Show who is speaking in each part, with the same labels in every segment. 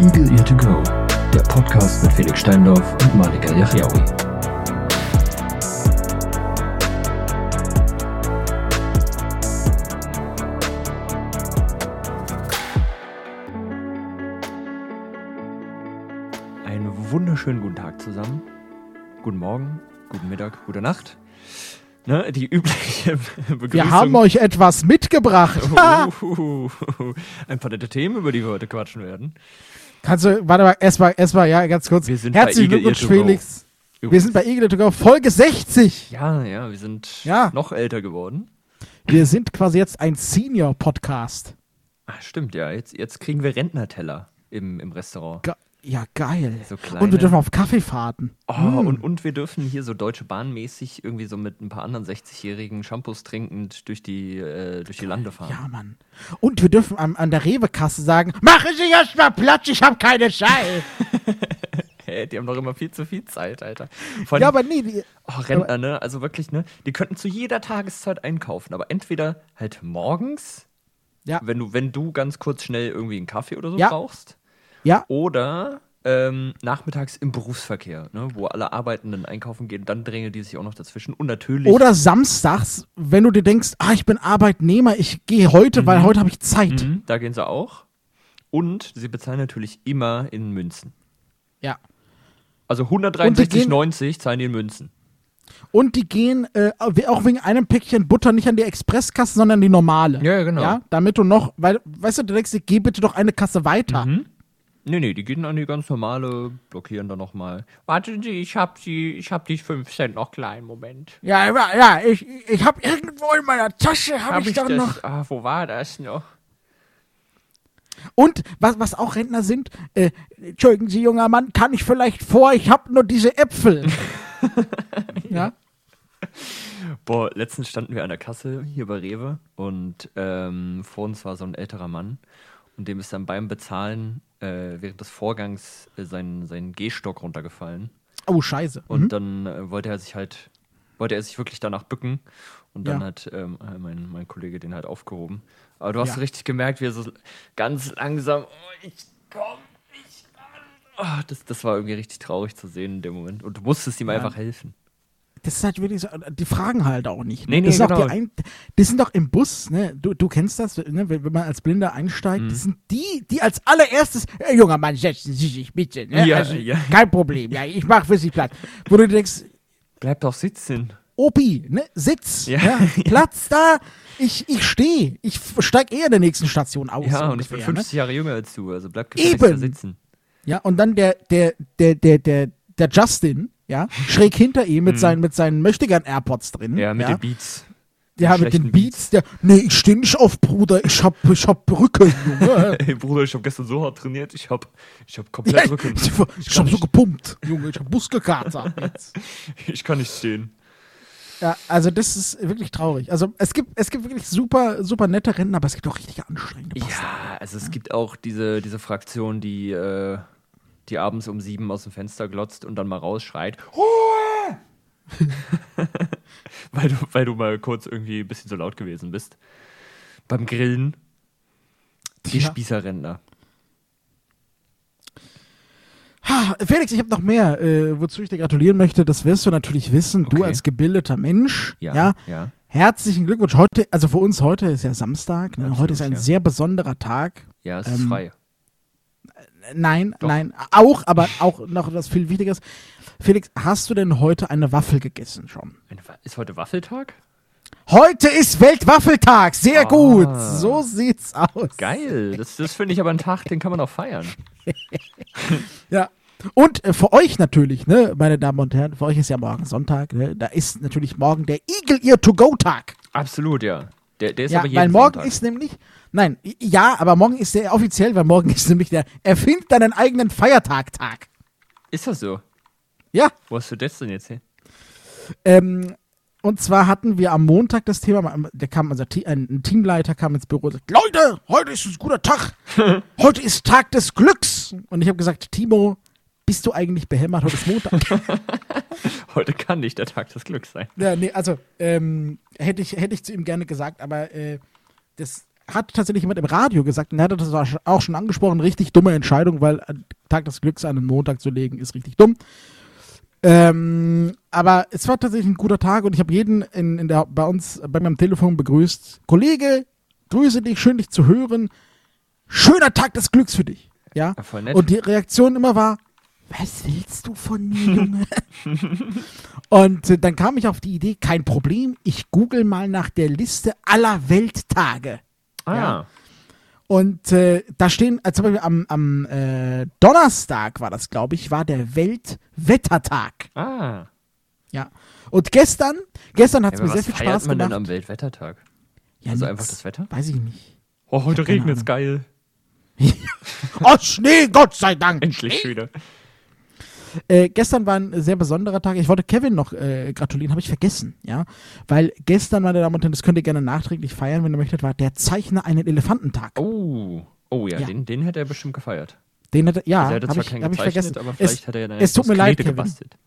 Speaker 1: Eagle Ear to Go, der Podcast mit Felix Steindorf und Malika Yachiaoui. Einen wunderschönen guten Tag zusammen. Guten Morgen, guten Mittag, gute Nacht. Ne, die übliche Begrüßung.
Speaker 2: Wir haben euch etwas mitgebracht.
Speaker 1: Oh.
Speaker 2: Ha!
Speaker 1: Uhuhuhu. Ein paar nette Themen, über die wir heute quatschen werden.
Speaker 2: Kannst du, warte mal, erstmal, erstmal, ja, ganz kurz.
Speaker 1: Wir sind bei
Speaker 2: Herzlichen
Speaker 1: Eagle
Speaker 2: Glückwunsch,
Speaker 1: Ear to Go.
Speaker 2: Felix. Wir sind bei Eagle to Go, Folge 60.
Speaker 1: Ja, ja, wir sind
Speaker 2: Ja.
Speaker 1: noch älter geworden.
Speaker 2: Wir sind quasi jetzt ein Senior-Podcast.
Speaker 1: Ah, stimmt, ja. Jetzt, jetzt kriegen wir Rentnerteller im, im Restaurant.
Speaker 2: Ge ja, geil.
Speaker 1: So kleine-
Speaker 2: Und wir dürfen auf Kaffeefahrten.
Speaker 1: Oh, und, und wir dürfen hier so Deutsche Bahn-mäßig irgendwie so mit ein paar anderen 60-jährigen Shampoos trinkend durch die, äh, durch die Lande fahren.
Speaker 2: Ja, Mann. Und wir dürfen an, an der Rewe-Kasse sagen, mache sie erst mal Platz, ich hab keine Schei.
Speaker 1: Hä, die haben doch immer viel zu viel Zeit, Alter. Vor
Speaker 2: ja,
Speaker 1: allem-
Speaker 2: aber nee, die,
Speaker 1: Oh, Rentner, ne? Also wirklich, ne? Die könnten zu jeder Tageszeit einkaufen, aber entweder halt morgens,
Speaker 2: Ja.
Speaker 1: wenn du, wenn du ganz kurz schnell irgendwie einen Kaffee oder so
Speaker 2: Ja.
Speaker 1: brauchst,
Speaker 2: ja,
Speaker 1: oder ähm, nachmittags im Berufsverkehr, ne? wo alle Arbeitenden einkaufen gehen, dann drängen die sich auch noch dazwischen. Und natürlich.
Speaker 2: Oder samstags, wenn du dir denkst, ah, ich bin Arbeitnehmer, ich gehe heute, weil heute habe ich Zeit.
Speaker 1: Mhm, da gehen sie auch. Und sie bezahlen natürlich immer in Münzen.
Speaker 2: Ja.
Speaker 1: Also
Speaker 2: Und die gehen-
Speaker 1: 163,90 zahlen die in Münzen.
Speaker 2: Und die gehen äh, auch wegen einem Päckchen Butter nicht an die Expresskasse, sondern an die normale.
Speaker 1: Ja, ja, genau.
Speaker 2: Ja, damit du noch, weil, weißt du, du denkst, dir, geh bitte doch eine Kasse weiter.
Speaker 1: Mhm. Nee, nee, die gehen an die ganz normale, blockieren dann nochmal. Warten Sie, ich hab die, ich hab die 5 Cent noch klein, Moment.
Speaker 2: Ja, ja, ja, ich, ich habe irgendwo in meiner Tasche, habe ich, doch noch.
Speaker 1: Ah, wo war das noch?
Speaker 2: Und was, was auch Rentner sind, äh, entschuldigen Sie, junger Mann, kann ich vielleicht vor, ich habe nur diese Äpfel. ja.
Speaker 1: Boah, letztens standen wir an der Kasse hier bei Rewe und ähm, vor uns war so ein älterer Mann und dem ist dann beim Bezahlen äh, während des Vorgangs äh, sein, sein Gehstock runtergefallen.
Speaker 2: Oh, scheiße.
Speaker 1: Und dann äh, wollte er sich halt, wollte er sich wirklich danach bücken. Und dann
Speaker 2: Ja.
Speaker 1: hat ähm, äh, mein, mein Kollege den halt aufgehoben. Aber du hast
Speaker 2: Ja.
Speaker 1: richtig gemerkt, wie er so ganz langsam, oh, ich komm nicht ran. Oh, das, das war irgendwie richtig traurig zu sehen in dem Moment. Und du musstest ihm einfach helfen.
Speaker 2: Das ist halt wirklich so, die fragen halt auch nicht. Ne?
Speaker 1: Nee, nee,
Speaker 2: das, ist auch
Speaker 1: genau.
Speaker 2: die ein, die sind doch im Bus, ne? Du, du kennst das, ne? wenn wenn man als Blinder einsteigt,
Speaker 1: Mhm.
Speaker 2: das sind die, die als allererstes, äh, junger Mann, setzen Sie sich bitte. Ne?
Speaker 1: Ja,
Speaker 2: also,
Speaker 1: ja.
Speaker 2: Kein Problem, ja, ich mache für Sie Platz. Wo du denkst,
Speaker 1: Bleib doch sitzen.
Speaker 2: Opi, ne? Sitz,
Speaker 1: Ja.
Speaker 2: ja. Platz da, ich, ich stehe, ich steige eher in der nächsten Station aus.
Speaker 1: Ja,
Speaker 2: so
Speaker 1: und ich bin
Speaker 2: ungefähr, ne?
Speaker 1: 50 Jahre jünger als du, also bleib gefälligst da
Speaker 2: Eben.
Speaker 1: sitzen.
Speaker 2: Ja, und dann der, der, der, der, der, der Justin, ja, schräg hinter ihm mit, seinen, mit seinen möchtegern AirPods drin.
Speaker 1: Mhm. Ja, mit den Beats.
Speaker 2: Ja, mit
Speaker 1: schlechten
Speaker 2: den Beats, der, nee, ich steh nicht auf, Bruder, ich hab, ich hab Rücken, Junge.
Speaker 1: Ey, Bruder, ich habe gestern so hart trainiert, ich habe ich hab
Speaker 2: ja,
Speaker 1: komplett
Speaker 2: ich,
Speaker 1: Rücken.
Speaker 2: ich, ich hab so gepumpt, Junge, ich hab Muskelkater. jetzt.
Speaker 1: Ich kann nicht stehen.
Speaker 2: ja, also das ist wirklich traurig. Also es gibt, es gibt wirklich super, super nette Rennen, aber es gibt auch richtige anstrengende Bastarde.
Speaker 1: Ja, also es gibt auch diese, diese Fraktion, die, äh, die abends um sieben aus dem Fenster glotzt und dann mal rausschreit. Ruhe! weil, du, weil du mal kurz irgendwie ein bisschen so laut gewesen bist. Beim Grillen. Die
Speaker 2: Ja.
Speaker 1: Spießerrentner.
Speaker 2: Ha, Felix, ich habe noch mehr, äh, wozu ich dir gratulieren möchte. Das wirst du natürlich wissen, du
Speaker 1: Okay.
Speaker 2: als gebildeter Mensch.
Speaker 1: Ja,
Speaker 2: Ja.
Speaker 1: ja.
Speaker 2: Herzlichen Glückwunsch. Heute, also für uns heute ist ja Samstag. Ne? heute ist ein
Speaker 1: ja.
Speaker 2: sehr besonderer Tag.
Speaker 1: Ja, es ist
Speaker 2: Ähm,
Speaker 1: frei.
Speaker 2: Nein, nein, auch, aber auch noch was viel Wichtigeres. Felix, hast du denn heute eine Waffel gegessen schon?
Speaker 1: Eine Wa- Ist heute Waffeltag?
Speaker 2: Heute ist Weltwaffeltag, sehr
Speaker 1: Ah.
Speaker 2: gut. So sieht's aus.
Speaker 1: Geil. Das, das finde ich aber einen Tag, den kann man auch feiern.
Speaker 2: Ja. Und äh, für euch natürlich, ne, meine Damen und Herren, für euch ist ja morgen Sonntag, ne? Da ist natürlich morgen der Eagle Ear to Go Tag.
Speaker 1: Absolut, ja. Der, der ist
Speaker 2: Ja,
Speaker 1: aber jeden
Speaker 2: weil morgen
Speaker 1: Sonntag.
Speaker 2: ist nämlich Nein, i- ja, aber morgen ist der offiziell, weil morgen ist nämlich der Erfind deinen eigenen Feiertag Tag.
Speaker 1: Ist das so?
Speaker 2: Ja.
Speaker 1: Wo hast du das denn jetzt hin?
Speaker 2: Ähm, und zwar hatten wir am Montag das Thema, der kam, also Te- ein, ein Teamleiter kam ins Büro und sagt, Leute, heute ist ein guter Tag. Heute ist Tag des Glücks. Und ich habe gesagt, Timo, bist du eigentlich behämmert? Heute ist Montag.
Speaker 1: Heute kann nicht der Tag des Glücks sein.
Speaker 2: ja, nee, also ähm, hätte ich, hätte ich zu ihm gerne gesagt, aber äh, das hat tatsächlich jemand im Radio gesagt, und er hat das auch schon angesprochen, richtig dumme Entscheidung, weil äh, Tag des Glücks an einen Montag zu legen, ist richtig dumm. Ähm, aber es war tatsächlich ein guter Tag und ich habe jeden in, in der, bei uns bei meinem Telefon begrüßt. Kollege, grüße dich, schön dich zu hören. Schöner Tag des Glücks für dich. Ja.
Speaker 1: Ja, voll nett.
Speaker 2: Und die Reaktion immer war, was willst du von mir, Junge? und äh, dann kam ich auf die Idee, kein Problem, ich google mal nach der Liste aller Welttage.
Speaker 1: ah, ja.
Speaker 2: Und äh, da stehen, äh, zum Beispiel am, am äh, Donnerstag war das, glaube ich, war der Weltwettertag.
Speaker 1: ah.
Speaker 2: Ja. Und gestern, gestern hat
Speaker 1: Ja,
Speaker 2: es
Speaker 1: aber
Speaker 2: mir sehr
Speaker 1: was
Speaker 2: viel
Speaker 1: feiert
Speaker 2: Spaß
Speaker 1: man
Speaker 2: gemacht.
Speaker 1: denn am Weltwettertag?
Speaker 2: ja,
Speaker 1: also
Speaker 2: nix.
Speaker 1: einfach das Wetter?
Speaker 2: Weiß ich nicht.
Speaker 1: Oh,
Speaker 2: Ich hab keine Ahnung.
Speaker 1: geil.
Speaker 2: Oh, Schnee, Gott sei Dank.
Speaker 1: Endlich wieder.
Speaker 2: Äh, gestern war ein sehr besonderer Tag. Ich wollte Kevin noch äh, gratulieren, habe ich vergessen, ja. Weil gestern, meine Damen und Herren, das könnt ihr gerne nachträglich feiern, wenn ihr möchtet, war der Zeichner einen Elefantentag.
Speaker 1: Oh. Oh ja,
Speaker 2: Ja.
Speaker 1: Den, den hätte er bestimmt gefeiert.
Speaker 2: Den hat, ja, habe
Speaker 1: Also er hätte zwar keinen
Speaker 2: ich, hab ich vergessen.
Speaker 1: gezeichnet, aber
Speaker 2: es,
Speaker 1: vielleicht hat er ja dann
Speaker 2: es tut mir leid, Kevin.
Speaker 1: gebastelt.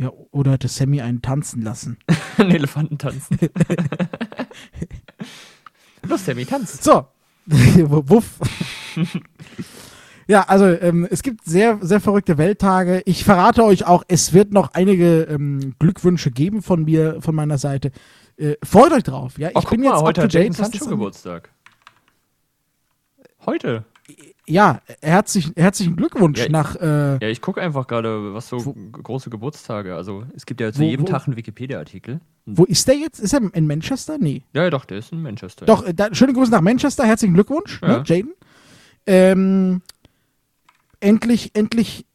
Speaker 2: Ja, oder hätte Sammy einen tanzen lassen.
Speaker 1: Einen Elefanten tanzen. Los, Sammy, tanzt.
Speaker 2: So. Wuff. ja, also ähm, es gibt sehr, sehr verrückte Welttage. Ich verrate euch auch, es wird noch einige ähm, Glückwünsche geben von mir, von meiner Seite. Äh, freut euch drauf. Ja, ich
Speaker 1: Oh, guck
Speaker 2: bin
Speaker 1: mal,
Speaker 2: jetzt
Speaker 1: heute
Speaker 2: up
Speaker 1: hat
Speaker 2: to date.
Speaker 1: Jaden
Speaker 2: was das
Speaker 1: Sancho
Speaker 2: angeht.
Speaker 1: Geburtstag. Heute?
Speaker 2: Ja, herzlichen, herzlichen Glückwunsch
Speaker 1: Ja,
Speaker 2: nach. Äh,
Speaker 1: Ja, ich gucke einfach gerade, was so
Speaker 2: Wo-
Speaker 1: g- große Geburtstage, also es gibt ja zu
Speaker 2: Wo-
Speaker 1: jedem
Speaker 2: wo-
Speaker 1: Tag einen Wikipedia-Artikel.
Speaker 2: Wo ist der jetzt? Ist er in Manchester? Nee.
Speaker 1: Ja, ja, doch, der ist in Manchester.
Speaker 2: Doch, äh, da, schöne Grüße nach Manchester. Herzlichen Glückwunsch,
Speaker 1: Ja.
Speaker 2: ne, Jaden. Ähm, endlich, endlich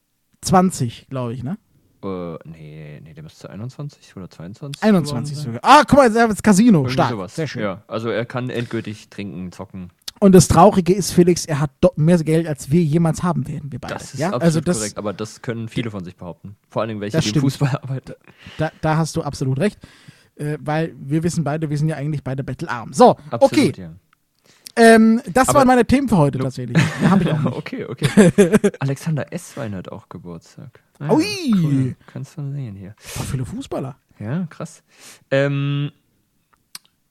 Speaker 2: 20, glaube ich, ne?
Speaker 1: Äh, nee, nee, der müsste 21 oder 22
Speaker 2: 21
Speaker 1: geworden sein.
Speaker 2: sogar. Ah, guck mal, jetzt haben wir das Casino.
Speaker 1: Irgendwie
Speaker 2: Stark.
Speaker 1: sowas.
Speaker 2: Sehr schön.
Speaker 1: Ja, also er kann endgültig trinken, zocken.
Speaker 2: Und das Traurige ist, Felix, er hat do- mehr Geld, als wir jemals haben werden, wir beide.
Speaker 1: Das ist
Speaker 2: ja?
Speaker 1: absolut
Speaker 2: also das,
Speaker 1: korrekt, aber das können viele von sich behaupten. Vor allen Dingen welche,
Speaker 2: Das
Speaker 1: die im
Speaker 2: stimmt.
Speaker 1: Fußball arbeiten.
Speaker 2: Da, da hast du absolut recht. Äh, weil wir wissen beide, wir sind ja eigentlich beide bettelarm. So,
Speaker 1: Absolut,
Speaker 2: okay.
Speaker 1: ja.
Speaker 2: Ähm, das
Speaker 1: Aber-
Speaker 2: waren meine Themen für heute tatsächlich. Mehr hab ich auch nicht.
Speaker 1: Okay, okay. Alexander Esswein hat auch Geburtstag. Ah,
Speaker 2: Ui!
Speaker 1: Cool. Kannst du sehen hier.
Speaker 2: Boah, viele Fußballer.
Speaker 1: Ja, krass. Ähm,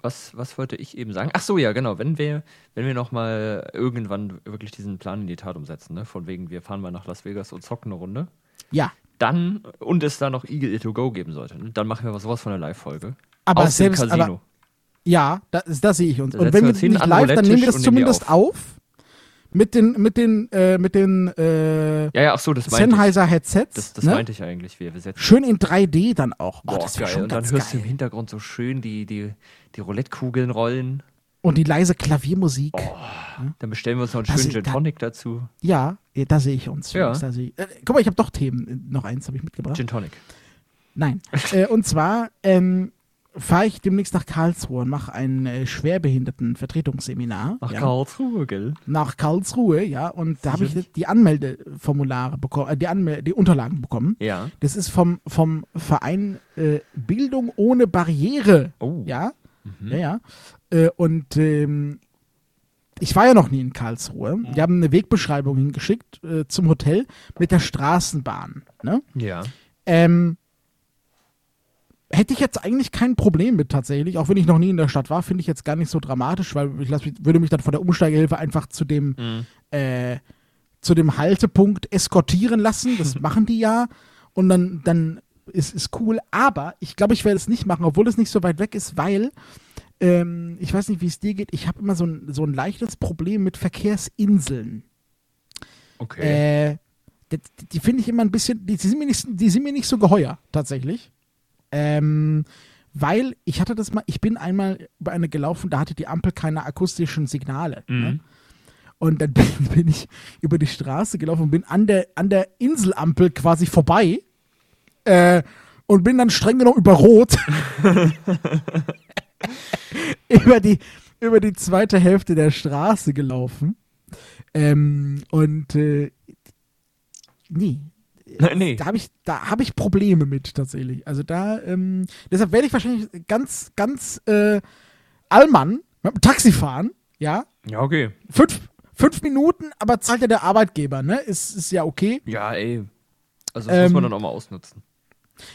Speaker 1: was, was wollte ich eben sagen? Ach so, ja, genau. Wenn wir, wenn wir nochmal irgendwann wirklich diesen Plan in die Tat umsetzen, ne? von wegen, wir fahren mal nach Las Vegas und zocken eine Runde,
Speaker 2: Ja.
Speaker 1: dann und es da noch Eagle to Go geben sollte, ne? dann machen wir was sowas von einer Live-Folge.
Speaker 2: Aber
Speaker 1: Aus
Speaker 2: selbst-
Speaker 1: dem Casino.
Speaker 2: Ja, das, das sehe ich uns.
Speaker 1: Da
Speaker 2: Und
Speaker 1: setzen
Speaker 2: wenn
Speaker 1: wir
Speaker 2: wir
Speaker 1: uns
Speaker 2: das
Speaker 1: hin,
Speaker 2: nicht
Speaker 1: am
Speaker 2: live, dann nehmen wir
Speaker 1: Roulette-Tisch
Speaker 2: das
Speaker 1: und nehmen die
Speaker 2: zumindest auf. Mit den, mit den, äh, mit den äh,
Speaker 1: ja, ja, ach so, das meinte ich.
Speaker 2: Sennheiser-Headsets.
Speaker 1: Das, das
Speaker 2: ne?
Speaker 1: meinte ich eigentlich. Wir, wir setzen
Speaker 2: Schön in 3D dann auch. Oh,
Speaker 1: Boah,
Speaker 2: das wäre
Speaker 1: geil.
Speaker 2: schon
Speaker 1: Und dann
Speaker 2: ganz
Speaker 1: hörst du im
Speaker 2: geil.
Speaker 1: Hintergrund so schön die, die, die Roulette-Kugeln rollen.
Speaker 2: Und die leise Klaviermusik.
Speaker 1: Dann bestellen wir uns noch einen
Speaker 2: Das
Speaker 1: schönen
Speaker 2: ist-
Speaker 1: Gin
Speaker 2: Hm? Also da-
Speaker 1: Tonic dazu.
Speaker 2: Ja, eh, da sehe ich uns.
Speaker 1: Ja.
Speaker 2: Felix, Da sehe ich. Äh, guck mal, ich habe doch Themen. Noch eins habe ich mitgebracht.
Speaker 1: Gin Tonic.
Speaker 2: Nein. äh, und zwar ähm, fahre ich demnächst nach Karlsruhe und mache ein äh, Schwerbehindertenvertretungsseminar.
Speaker 1: Nach
Speaker 2: ja.
Speaker 1: Karlsruhe, gell?
Speaker 2: nach Karlsruhe, ja, und da habe ich
Speaker 1: Sicherlich.
Speaker 2: die Anmeldeformulare bekommen, äh, die, Anmel die Unterlagen bekommen.
Speaker 1: Ja.
Speaker 2: Das ist vom, vom Verein äh, Bildung ohne Barriere.
Speaker 1: Oh.
Speaker 2: Ja, ja, ja. Äh, und ähm, ich war ja noch nie in Karlsruhe. Die haben eine Wegbeschreibung hingeschickt äh, zum Hotel mit der Straßenbahn. Ne?
Speaker 1: Ja.
Speaker 2: Ähm, hätte ich jetzt eigentlich kein Problem mit tatsächlich, auch wenn ich noch nie in der Stadt war, finde ich jetzt gar nicht so dramatisch, weil ich lass mich, würde mich dann von der Umsteigehilfe einfach zu dem, äh, zu dem Haltepunkt eskortieren lassen. Das machen die ja. Und dann, dann ist es cool. Aber ich glaube, ich werde es nicht machen, obwohl es nicht so weit weg ist, weil ähm, ich weiß nicht, wie es dir geht. Ich habe immer so ein, so ein leichtes Problem mit Verkehrsinseln.
Speaker 1: Okay.
Speaker 2: Äh, die die finde ich immer ein bisschen, die, die, sind mir nicht, die sind mir nicht so geheuer, tatsächlich. Ähm, weil ich hatte das mal, ich bin einmal bei einer gelaufen, da hatte die Ampel keine akustischen Signale. Ne? Und dann bin, bin ich über die Straße gelaufen und bin an der, an der Inselampel quasi vorbei äh, und bin dann streng genommen über Rot über, die, über die zweite Hälfte der Straße gelaufen. Ähm, und äh, nee,
Speaker 1: Nein, nee.
Speaker 2: da habe ich, da hab ich Probleme mit tatsächlich. Also da, ähm, deshalb werde ich wahrscheinlich ganz, ganz äh, Allmann mit dem Taxi fahren, ja.
Speaker 1: Ja, okay.
Speaker 2: Fünf, fünf Minuten, aber zahlt ja der Arbeitgeber, ne? Ist, ist ja okay.
Speaker 1: Ja, ey. Also das muss man
Speaker 2: Ähm,
Speaker 1: dann auch mal ausnutzen.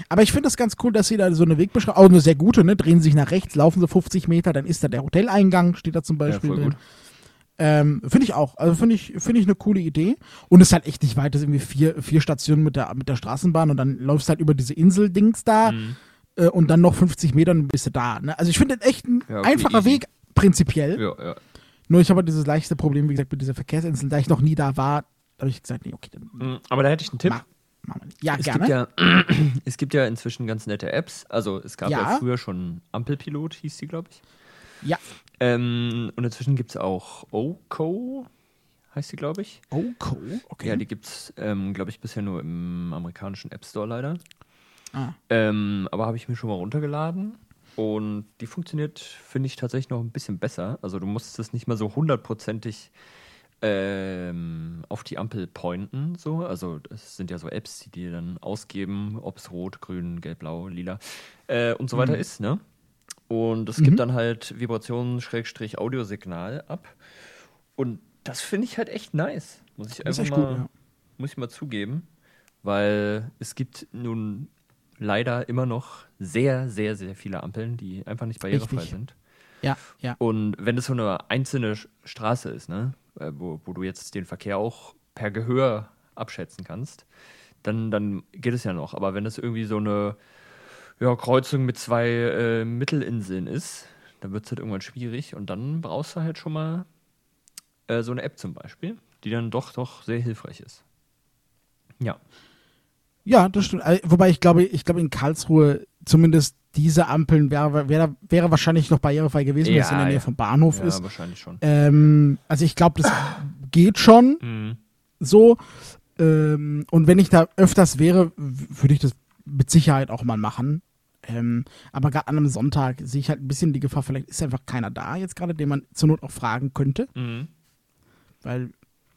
Speaker 2: Aber ich finde das ganz cool, dass sie da so eine Wegbeschreibung, auch eine sehr gute, ne? Drehen sich nach rechts, laufen so 50 Meter, dann ist da der Hoteleingang, steht da zum Beispiel
Speaker 1: voll
Speaker 2: drin.
Speaker 1: gut.
Speaker 2: Ähm, finde ich auch. Also finde ich, finde ich eine coole Idee. Und es ist halt echt nicht weit. Das sind irgendwie vier, vier Stationen mit der, mit der Straßenbahn und dann läufst halt über diese Insel-Dings da
Speaker 1: Mhm.
Speaker 2: äh, und dann noch 50 Metern und bist du da. Ne? Also ich finde das echt ein
Speaker 1: Ja, okay,
Speaker 2: einfacher
Speaker 1: easy.
Speaker 2: Weg, prinzipiell.
Speaker 1: Ja, ja.
Speaker 2: Nur ich habe halt dieses leichte Problem, wie gesagt, mit dieser Verkehrsinsel. Da ich noch nie da war, habe ich gesagt, nee, okay, dann
Speaker 1: mm,
Speaker 3: Mhm, Aber da hätte ich einen Tipp.
Speaker 2: mach, mach mal nicht. Ja,
Speaker 1: Es gibt
Speaker 2: gerne.
Speaker 1: ja, es gibt ja inzwischen ganz nette Apps. Also es gab ja,
Speaker 2: Ja.
Speaker 1: früher schon Ampelpilot, hieß die, glaube ich.
Speaker 2: Ja.
Speaker 1: Ähm, und inzwischen gibt es auch OCO, heißt die, glaube ich.
Speaker 2: Oh, cool. Okay.
Speaker 1: Ja, die gibt es, ähm, glaube ich, bisher nur im amerikanischen App Store leider.
Speaker 2: Ah.
Speaker 1: Ähm, aber habe ich mir schon mal runtergeladen. Und die funktioniert, finde ich, tatsächlich noch ein bisschen besser. Also du musst es nicht mehr so hundertprozentig ähm, auf die Ampel pointen. So. Also es sind ja so Apps, die dir dann ausgeben, ob es rot, grün, gelb, blau, lila äh, und so weiter
Speaker 2: Mhm.
Speaker 1: ist. Ne? Und es gibt dann halt Vibrationen, Schrägstrich, Audiosignal ab. Und das finde ich halt echt nice. Muss ich
Speaker 2: Das ist
Speaker 1: einfach
Speaker 2: echt
Speaker 1: mal,
Speaker 2: gut, ja.
Speaker 1: muss ich mal zugeben. Weil es gibt nun leider immer noch sehr, sehr, sehr viele Ampeln, die einfach nicht barrierefrei
Speaker 2: Richtig.
Speaker 1: sind.
Speaker 2: ja, ja.
Speaker 1: Und wenn es so eine einzelne Sch- Straße ist, ne, äh, wo, wo du jetzt den Verkehr auch per Gehör abschätzen kannst, dann, dann geht es ja noch. Aber wenn es irgendwie so eine ja, Kreuzung mit zwei äh, Mittelinseln ist, dann wird es halt irgendwann schwierig. Und dann brauchst du halt schon mal äh, so eine App zum Beispiel, die dann doch, doch sehr hilfreich ist. Ja.
Speaker 2: Ja, das stimmt. Also, Wobei ich glaube, ich glaube in Karlsruhe zumindest diese Ampeln wäre, wäre, wäre wahrscheinlich noch barrierefrei gewesen, weil es
Speaker 1: Ja,
Speaker 2: in der Nähe
Speaker 1: ja.
Speaker 2: vom Bahnhof
Speaker 1: Ja,
Speaker 2: ist.
Speaker 1: wahrscheinlich schon.
Speaker 2: Ähm, also ich glaube, das geht schon
Speaker 1: Mhm.
Speaker 2: so. Ähm, und wenn ich da öfters wäre, w- würde ich das mit Sicherheit auch mal machen. Ähm, aber gerade an einem Sonntag sehe ich halt ein bisschen die Gefahr, vielleicht ist einfach keiner da jetzt gerade, den man zur Not auch fragen könnte,
Speaker 1: Mhm.
Speaker 2: weil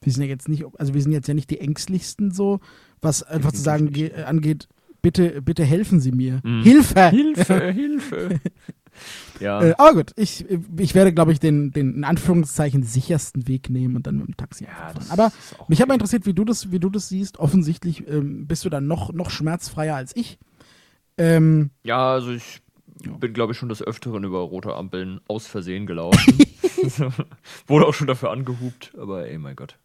Speaker 2: wir sind ja jetzt nicht, also wir sind jetzt ja nicht die ängstlichsten so, was einfach zu sagen ge- äh, angeht, bitte, bitte helfen Sie mir.
Speaker 1: Mhm.
Speaker 2: Hilfe!
Speaker 1: Hilfe, Äh, Hilfe. ja.
Speaker 2: Äh, aber gut, ich, ich werde, glaube ich, den, den in Anführungszeichen sichersten Weg nehmen und dann mit dem Taxi
Speaker 1: ja,
Speaker 2: einfach fahren.
Speaker 1: das
Speaker 2: Aber
Speaker 1: ist auch
Speaker 2: mich hat mal
Speaker 1: okay.
Speaker 2: interessiert, wie du das, wie du das siehst. Offensichtlich ähm, bist du dann noch, noch schmerzfreier als ich. Ähm,
Speaker 1: Ja, also ich
Speaker 2: Ja.
Speaker 1: bin, glaube ich, schon des Öfteren über rote Ampeln aus Versehen gelaufen. So. Wurde auch schon dafür angehupt, aber ey, mein Gott.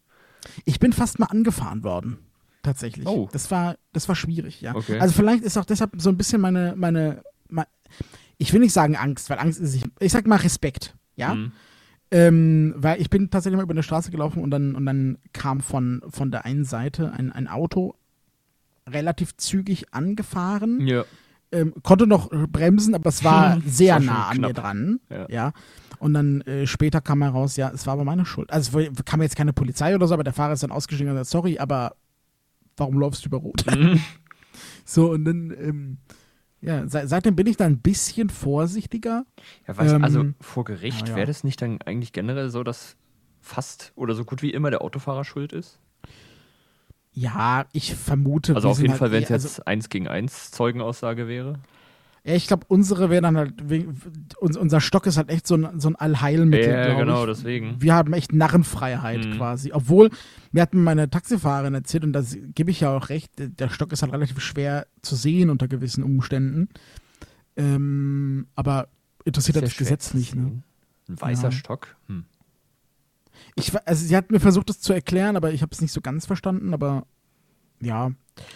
Speaker 2: ich bin fast mal angefahren worden. Tatsächlich.
Speaker 1: Oh.
Speaker 2: Das war, das war schwierig, ja.
Speaker 1: Okay.
Speaker 2: Also vielleicht ist auch deshalb so ein bisschen meine, meine, mein- ich will nicht sagen Angst, weil Angst ist nicht, ich sag mal Respekt, ja.
Speaker 1: Mhm.
Speaker 2: Ähm, weil ich bin tatsächlich mal über eine Straße gelaufen und dann, und dann kam von, von der einen Seite ein, ein Auto relativ zügig angefahren,
Speaker 1: Ja.
Speaker 2: ähm, konnte noch bremsen, aber es war sehr
Speaker 1: war schon
Speaker 2: nah an
Speaker 1: knapp.
Speaker 2: mir dran.
Speaker 1: Ja.
Speaker 2: Und dann äh, später kam heraus, ja, es war aber meine Schuld. Also es war- kam jetzt keine Polizei oder so, aber der Fahrer ist dann ausgestiegen und hat gesagt, sorry, aber warum läufst du über Rot?
Speaker 1: Mhm.
Speaker 2: so, und dann, ähm, ja, se seitdem bin ich da ein bisschen vorsichtiger.
Speaker 1: ja weiß, also
Speaker 2: Ähm,
Speaker 1: vor Gericht
Speaker 2: ja, ja.
Speaker 1: wäre das nicht dann eigentlich generell so, dass fast oder so gut wie immer der Autofahrer schuld ist?
Speaker 2: Ja, ich vermute.
Speaker 1: Also
Speaker 2: wir
Speaker 1: auf
Speaker 2: sind
Speaker 1: jeden
Speaker 2: halt
Speaker 1: Fall, wenn
Speaker 2: eh-
Speaker 1: es
Speaker 2: also-
Speaker 1: jetzt eins gegen eins Zeugenaussage wäre.
Speaker 2: Ja, ich glaube, unsere wäre dann halt, we- uns- unser Stock ist halt echt so ein, so ein Allheilmittel.
Speaker 1: Ja,
Speaker 2: glaub
Speaker 1: genau,
Speaker 2: ich.
Speaker 1: deswegen.
Speaker 2: Wir haben echt Narrenfreiheit
Speaker 1: Mhm.
Speaker 2: quasi. Obwohl, mir hat mir meine Taxifahrerin erzählt, und da gebe ich ja auch recht, der Stock ist halt relativ schwer zu sehen unter gewissen Umständen. Ähm, aber interessiert halt
Speaker 1: Ist ja
Speaker 2: das
Speaker 1: schwer
Speaker 2: Gesetz
Speaker 1: zu
Speaker 2: nicht, ne?
Speaker 1: sehen. Ein weißer
Speaker 2: Ja.
Speaker 1: Stock? Hm.
Speaker 2: Ich, wa- also sie hat mir versucht, das zu erklären, aber ich habe es nicht so ganz verstanden, aber ja.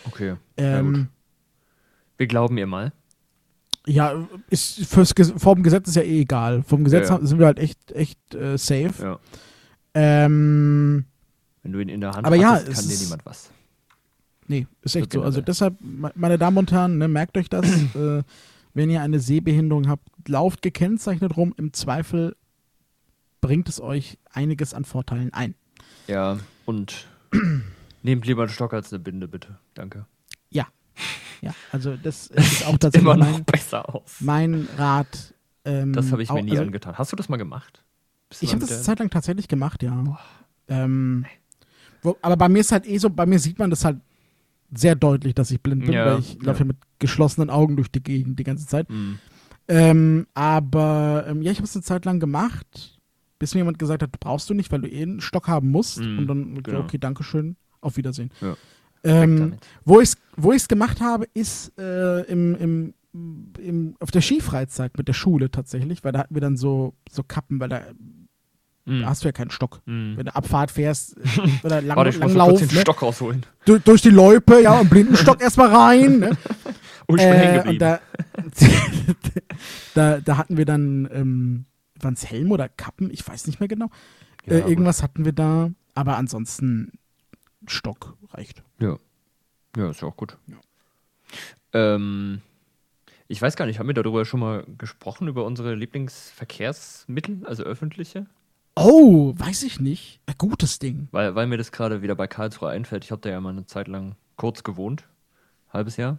Speaker 1: Okay.
Speaker 2: Ähm,
Speaker 1: gut. Wir glauben ihr mal.
Speaker 2: Ja, ist fürs Ges vom Gesetz ist ja eh egal. Vom Gesetz
Speaker 1: Ja, ja.
Speaker 2: sind wir halt echt, echt äh, safe.
Speaker 1: Ja.
Speaker 2: Ähm,
Speaker 1: Wenn du ihn in der Hand
Speaker 2: Aber ja,
Speaker 1: hattest,
Speaker 2: es
Speaker 1: kann dir
Speaker 2: ist-
Speaker 1: niemand was.
Speaker 2: nee, ist echt
Speaker 1: So
Speaker 2: so. Also
Speaker 1: generell.
Speaker 2: deshalb, me- meine Damen und Herren, ne, merkt euch das, äh, wenn ihr eine Sehbehinderung habt, lauft gekennzeichnet rum. Im Zweifel bringt es euch einiges an Vorteilen ein.
Speaker 1: Ja, und nehmt lieber einen Stock als eine Binde, bitte. Danke.
Speaker 2: Ja. Ja, also das ist auch tatsächlich
Speaker 1: Immer noch
Speaker 2: Also mein,
Speaker 1: besser aus.
Speaker 2: mein Rat. Ähm,
Speaker 1: Das habe ich
Speaker 2: auch-
Speaker 1: mir nie äh,
Speaker 2: also,
Speaker 1: angetan. Hast du das mal gemacht? Bist du
Speaker 2: Ich
Speaker 1: mal
Speaker 2: habe
Speaker 1: mit
Speaker 2: das eine
Speaker 1: der-
Speaker 2: Zeit lang tatsächlich gemacht, ja. Ähm, wo, aber bei mir ist halt eh so, bei mir sieht man das halt sehr deutlich, dass ich blind bin,
Speaker 1: Ja,
Speaker 2: weil ich laufe ja.
Speaker 1: ja.
Speaker 2: mit geschlossenen Augen durch die Gegend die ganze Zeit.
Speaker 1: Hm.
Speaker 2: Ähm, aber ähm, ja, ich habe es eine Zeit lang gemacht, bis mir jemand gesagt hat, brauchst du nicht, weil du eh einen Stock haben musst.
Speaker 1: Mhm,
Speaker 2: Und dann,
Speaker 1: genau.
Speaker 2: okay, danke schön, auf Wiedersehen.
Speaker 1: Ja.
Speaker 2: Ähm,
Speaker 1: damit.
Speaker 2: wo ich es wo ich's gemacht habe, ist äh, im, im, im, auf der Skifreizeit mit der Schule tatsächlich, weil da hatten wir dann so, so Kappen, weil da, da hast du ja keinen Stock. Wenn du Abfahrt fährst äh, oder lang,
Speaker 1: Mhm. Hm, Warte, ich muss mir kurz
Speaker 2: Langlauf,
Speaker 1: den
Speaker 2: ne?
Speaker 1: Stock rausholen.
Speaker 2: durch, durch die Loipe, ja, und Blindenstock erstmal rein. Ne?
Speaker 1: Oh, ich bin hängen
Speaker 2: Äh,
Speaker 1: geblieben.
Speaker 2: und da, da, da hatten wir dann, ähm, waren es Helm oder Kappen? Ich weiß nicht mehr genau.
Speaker 1: Ja,
Speaker 2: äh, irgendwas hatten wir da, aber ansonsten Stock reicht.
Speaker 1: Ja. Ja, ist ja auch gut.
Speaker 2: Ja.
Speaker 1: Ähm, ich weiß gar nicht, haben wir darüber schon mal gesprochen, über unsere Lieblingsverkehrsmittel, also öffentliche?
Speaker 2: Oh, weiß ich nicht. Ein gutes Ding.
Speaker 1: Weil, weil mir das gerade wieder bei Karlsruhe einfällt. Ich habe da ja mal eine Zeit lang kurz gewohnt, halbes Jahr.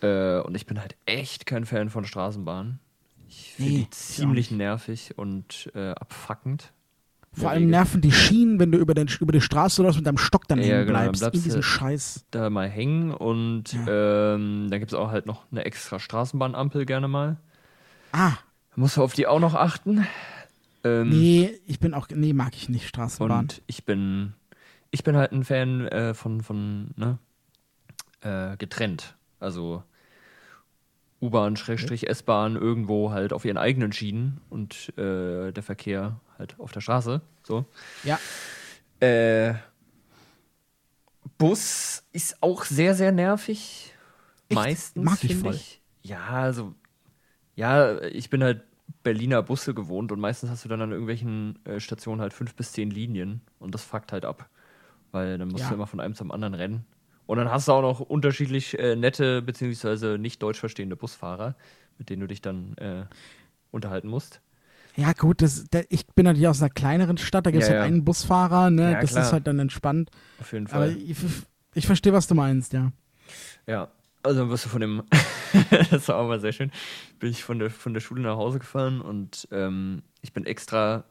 Speaker 1: Äh, und ich bin halt echt kein Fan von Straßenbahnen. Ich finde
Speaker 2: Nee,
Speaker 1: die
Speaker 2: ich auch
Speaker 1: ziemlich nervig und äh, abfuckend.
Speaker 2: Vor
Speaker 1: Ja,
Speaker 2: allem
Speaker 1: Wege.
Speaker 2: nerven die Schienen, wenn du über, den, über die Straße läufst und deinem Stock dann
Speaker 1: Ja,
Speaker 2: hängen
Speaker 1: genau, dann
Speaker 2: bleibst.
Speaker 1: bleibst
Speaker 2: in
Speaker 1: du-
Speaker 2: diesem Scheiß.
Speaker 1: da mal hängen und ähm, dann gibt es auch halt noch eine extra Straßenbahnampel gerne mal.
Speaker 2: Ah,
Speaker 1: Muss auf die auch noch achten. Ähm,
Speaker 2: nee, ich bin auch, nee, mag ich nicht Straßenbahn.
Speaker 1: Und ich bin, ich bin halt ein Fan äh, von, von ne, äh, getrennt. Also U-Bahn, Schrägstrich, S-Bahn, irgendwo halt auf ihren eigenen Schienen und äh, der Verkehr halt auf der Straße. So.
Speaker 2: Ja,
Speaker 1: Äh, Bus ist auch sehr, sehr nervig.
Speaker 2: Echt?
Speaker 1: Meistens.
Speaker 2: Mag ich
Speaker 1: finde
Speaker 2: voll.
Speaker 1: Ja, also. Ja, ich bin halt Berliner Busse gewohnt und meistens hast du dann an irgendwelchen äh, Stationen halt fünf bis zehn Linien und das fuckt halt ab. Weil dann musst
Speaker 2: Ja.
Speaker 1: du immer von einem zum anderen rennen. Und dann hast du auch noch unterschiedlich äh, nette beziehungsweise nicht deutsch verstehende Busfahrer, mit denen du dich dann äh, unterhalten musst.
Speaker 2: ja gut, das, da, ich bin natürlich aus einer kleineren Stadt, da gibt es
Speaker 1: Ja,
Speaker 2: halt
Speaker 1: ja.
Speaker 2: einen Busfahrer, ne?
Speaker 1: Ja,
Speaker 2: das
Speaker 1: klar.
Speaker 2: ist halt dann entspannt.
Speaker 1: Auf jeden
Speaker 2: Aber
Speaker 1: Fall.
Speaker 2: ich, ich verstehe, was du meinst, ja.
Speaker 1: Ja, also dann wirst du von dem, das war auch mal sehr schön, bin ich von der, von der Schule nach Hause gefahren und ähm, ich bin extra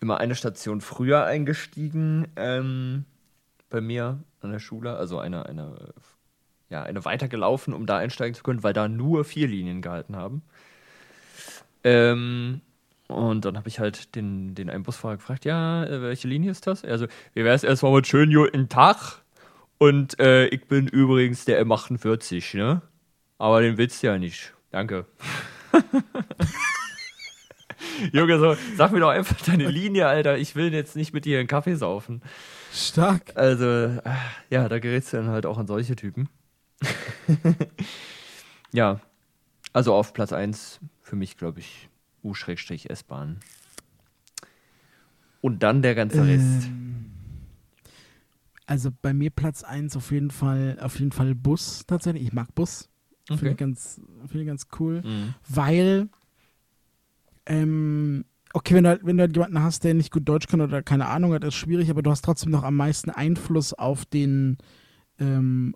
Speaker 1: immer eine Station früher eingestiegen ähm, bei mir an der Schule, also eine, eine, ja, eine weitergelaufen, um da einsteigen zu können, weil da nur vier Linien gehalten haben. Ähm, und dann habe ich halt den, den einen Busfahrer gefragt, ja, äh, welche Linie ist das? Also, wie wäre es erstmal mit schönen guten Tag? Und äh, ich bin übrigens der M48, ne? Aber den willst du ja nicht. Danke. Junge, so, sag mir doch einfach deine Linie, Alter. Ich will jetzt nicht mit dir einen Kaffee saufen.
Speaker 2: Stark.
Speaker 1: Also, äh, ja, da gerätst du dann halt auch an solche Typen. ja, also auf Platz 1 für mich, glaube ich, U-S-Bahn. Und dann der ganze Rest.
Speaker 2: Ähm, also bei mir Platz 1 auf jeden Fall, auf jeden Fall Bus tatsächlich. Ich mag Bus. Finde
Speaker 1: Okay.
Speaker 2: ich ganz, finde ich ganz cool.
Speaker 1: Mhm.
Speaker 2: Weil, ähm, okay, wenn du, halt- wenn du halt jemanden hast, der nicht gut Deutsch kann oder keine Ahnung hat, ist schwierig, aber du hast trotzdem noch am meisten Einfluss auf den ähm,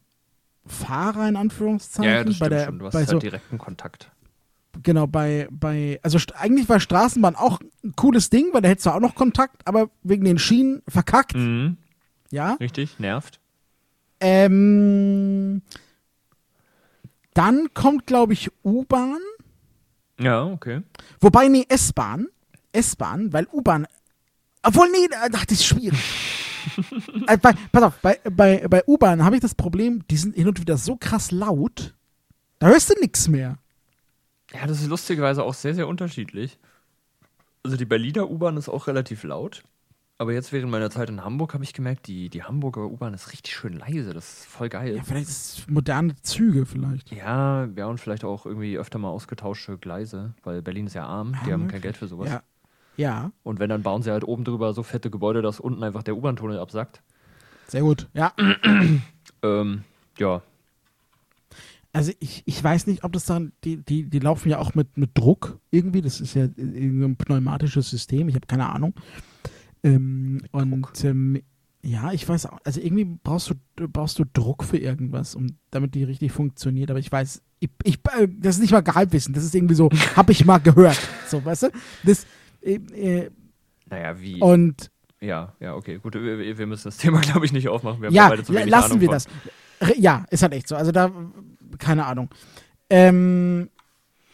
Speaker 2: Fahrer in Anführungszeichen.
Speaker 1: Ja, ja, das
Speaker 2: bei
Speaker 1: stimmt
Speaker 2: der,
Speaker 1: schon. Du hast
Speaker 2: bei
Speaker 1: halt
Speaker 2: so,
Speaker 1: direkten Kontakt.
Speaker 2: Genau, bei, bei, also st- eigentlich war Straßenbahn auch ein cooles Ding, weil da hättest du auch noch Kontakt, aber wegen den Schienen verkackt,
Speaker 1: Mhm.
Speaker 2: ja.
Speaker 1: Richtig, nervt.
Speaker 2: Ähm, dann kommt, glaube ich, U-Bahn,
Speaker 1: Ja, okay.
Speaker 2: wobei, nee, S-Bahn, S-Bahn, weil U-Bahn, obwohl, nee, da- ach, das ist schwierig. äh, bei, pass auf, bei, bei, bei U-Bahn habe ich das Problem, die sind hin und wieder so krass laut, da hörst du nichts mehr.
Speaker 1: Ja, das ist lustigerweise auch sehr, sehr unterschiedlich. Also die Berliner U-Bahn ist auch relativ laut. Aber jetzt während meiner Zeit in Hamburg habe ich gemerkt, die, die Hamburger U-Bahn ist richtig schön leise. Das ist voll geil.
Speaker 2: Ja, vielleicht ist es moderne Züge vielleicht.
Speaker 1: Ja, ja, und vielleicht auch irgendwie öfter mal ausgetauschte Gleise, weil Berlin ist ja arm, die
Speaker 2: Ja,
Speaker 1: haben kein
Speaker 2: möglich.
Speaker 1: Geld für sowas.
Speaker 2: Ja. Ja.
Speaker 1: Und wenn, dann bauen sie halt oben drüber so fette Gebäude, dass unten einfach der U-Bahn-Tunnel absackt.
Speaker 2: Sehr gut. Ja,
Speaker 1: Ähm, ja.
Speaker 2: also ich, ich weiß nicht, ob das dann, die, die, die laufen ja auch mit, mit Druck irgendwie. Das ist ja irgendwie ein pneumatisches System, ich habe keine Ahnung. Ähm, und ähm, ja, ich weiß auch, also irgendwie brauchst du, brauchst du Druck für irgendwas, um damit die richtig funktioniert, aber ich weiß, ich, ich, äh, das ist nicht mal Geheimwissen, das ist irgendwie so, habe ich mal gehört. So, weißt du? Das, äh, äh,
Speaker 1: Naja, wie?
Speaker 2: und
Speaker 1: ja, ja, okay. Gut, wir, wir müssen das Thema, glaube ich, nicht aufmachen. Wir haben
Speaker 2: ja,
Speaker 1: beide zu
Speaker 2: la-
Speaker 1: wenig
Speaker 2: lassen
Speaker 1: Ahnung
Speaker 2: wir
Speaker 1: von.
Speaker 2: das. Re- Ja, ist halt echt so. Also da, keine Ahnung. Ähm,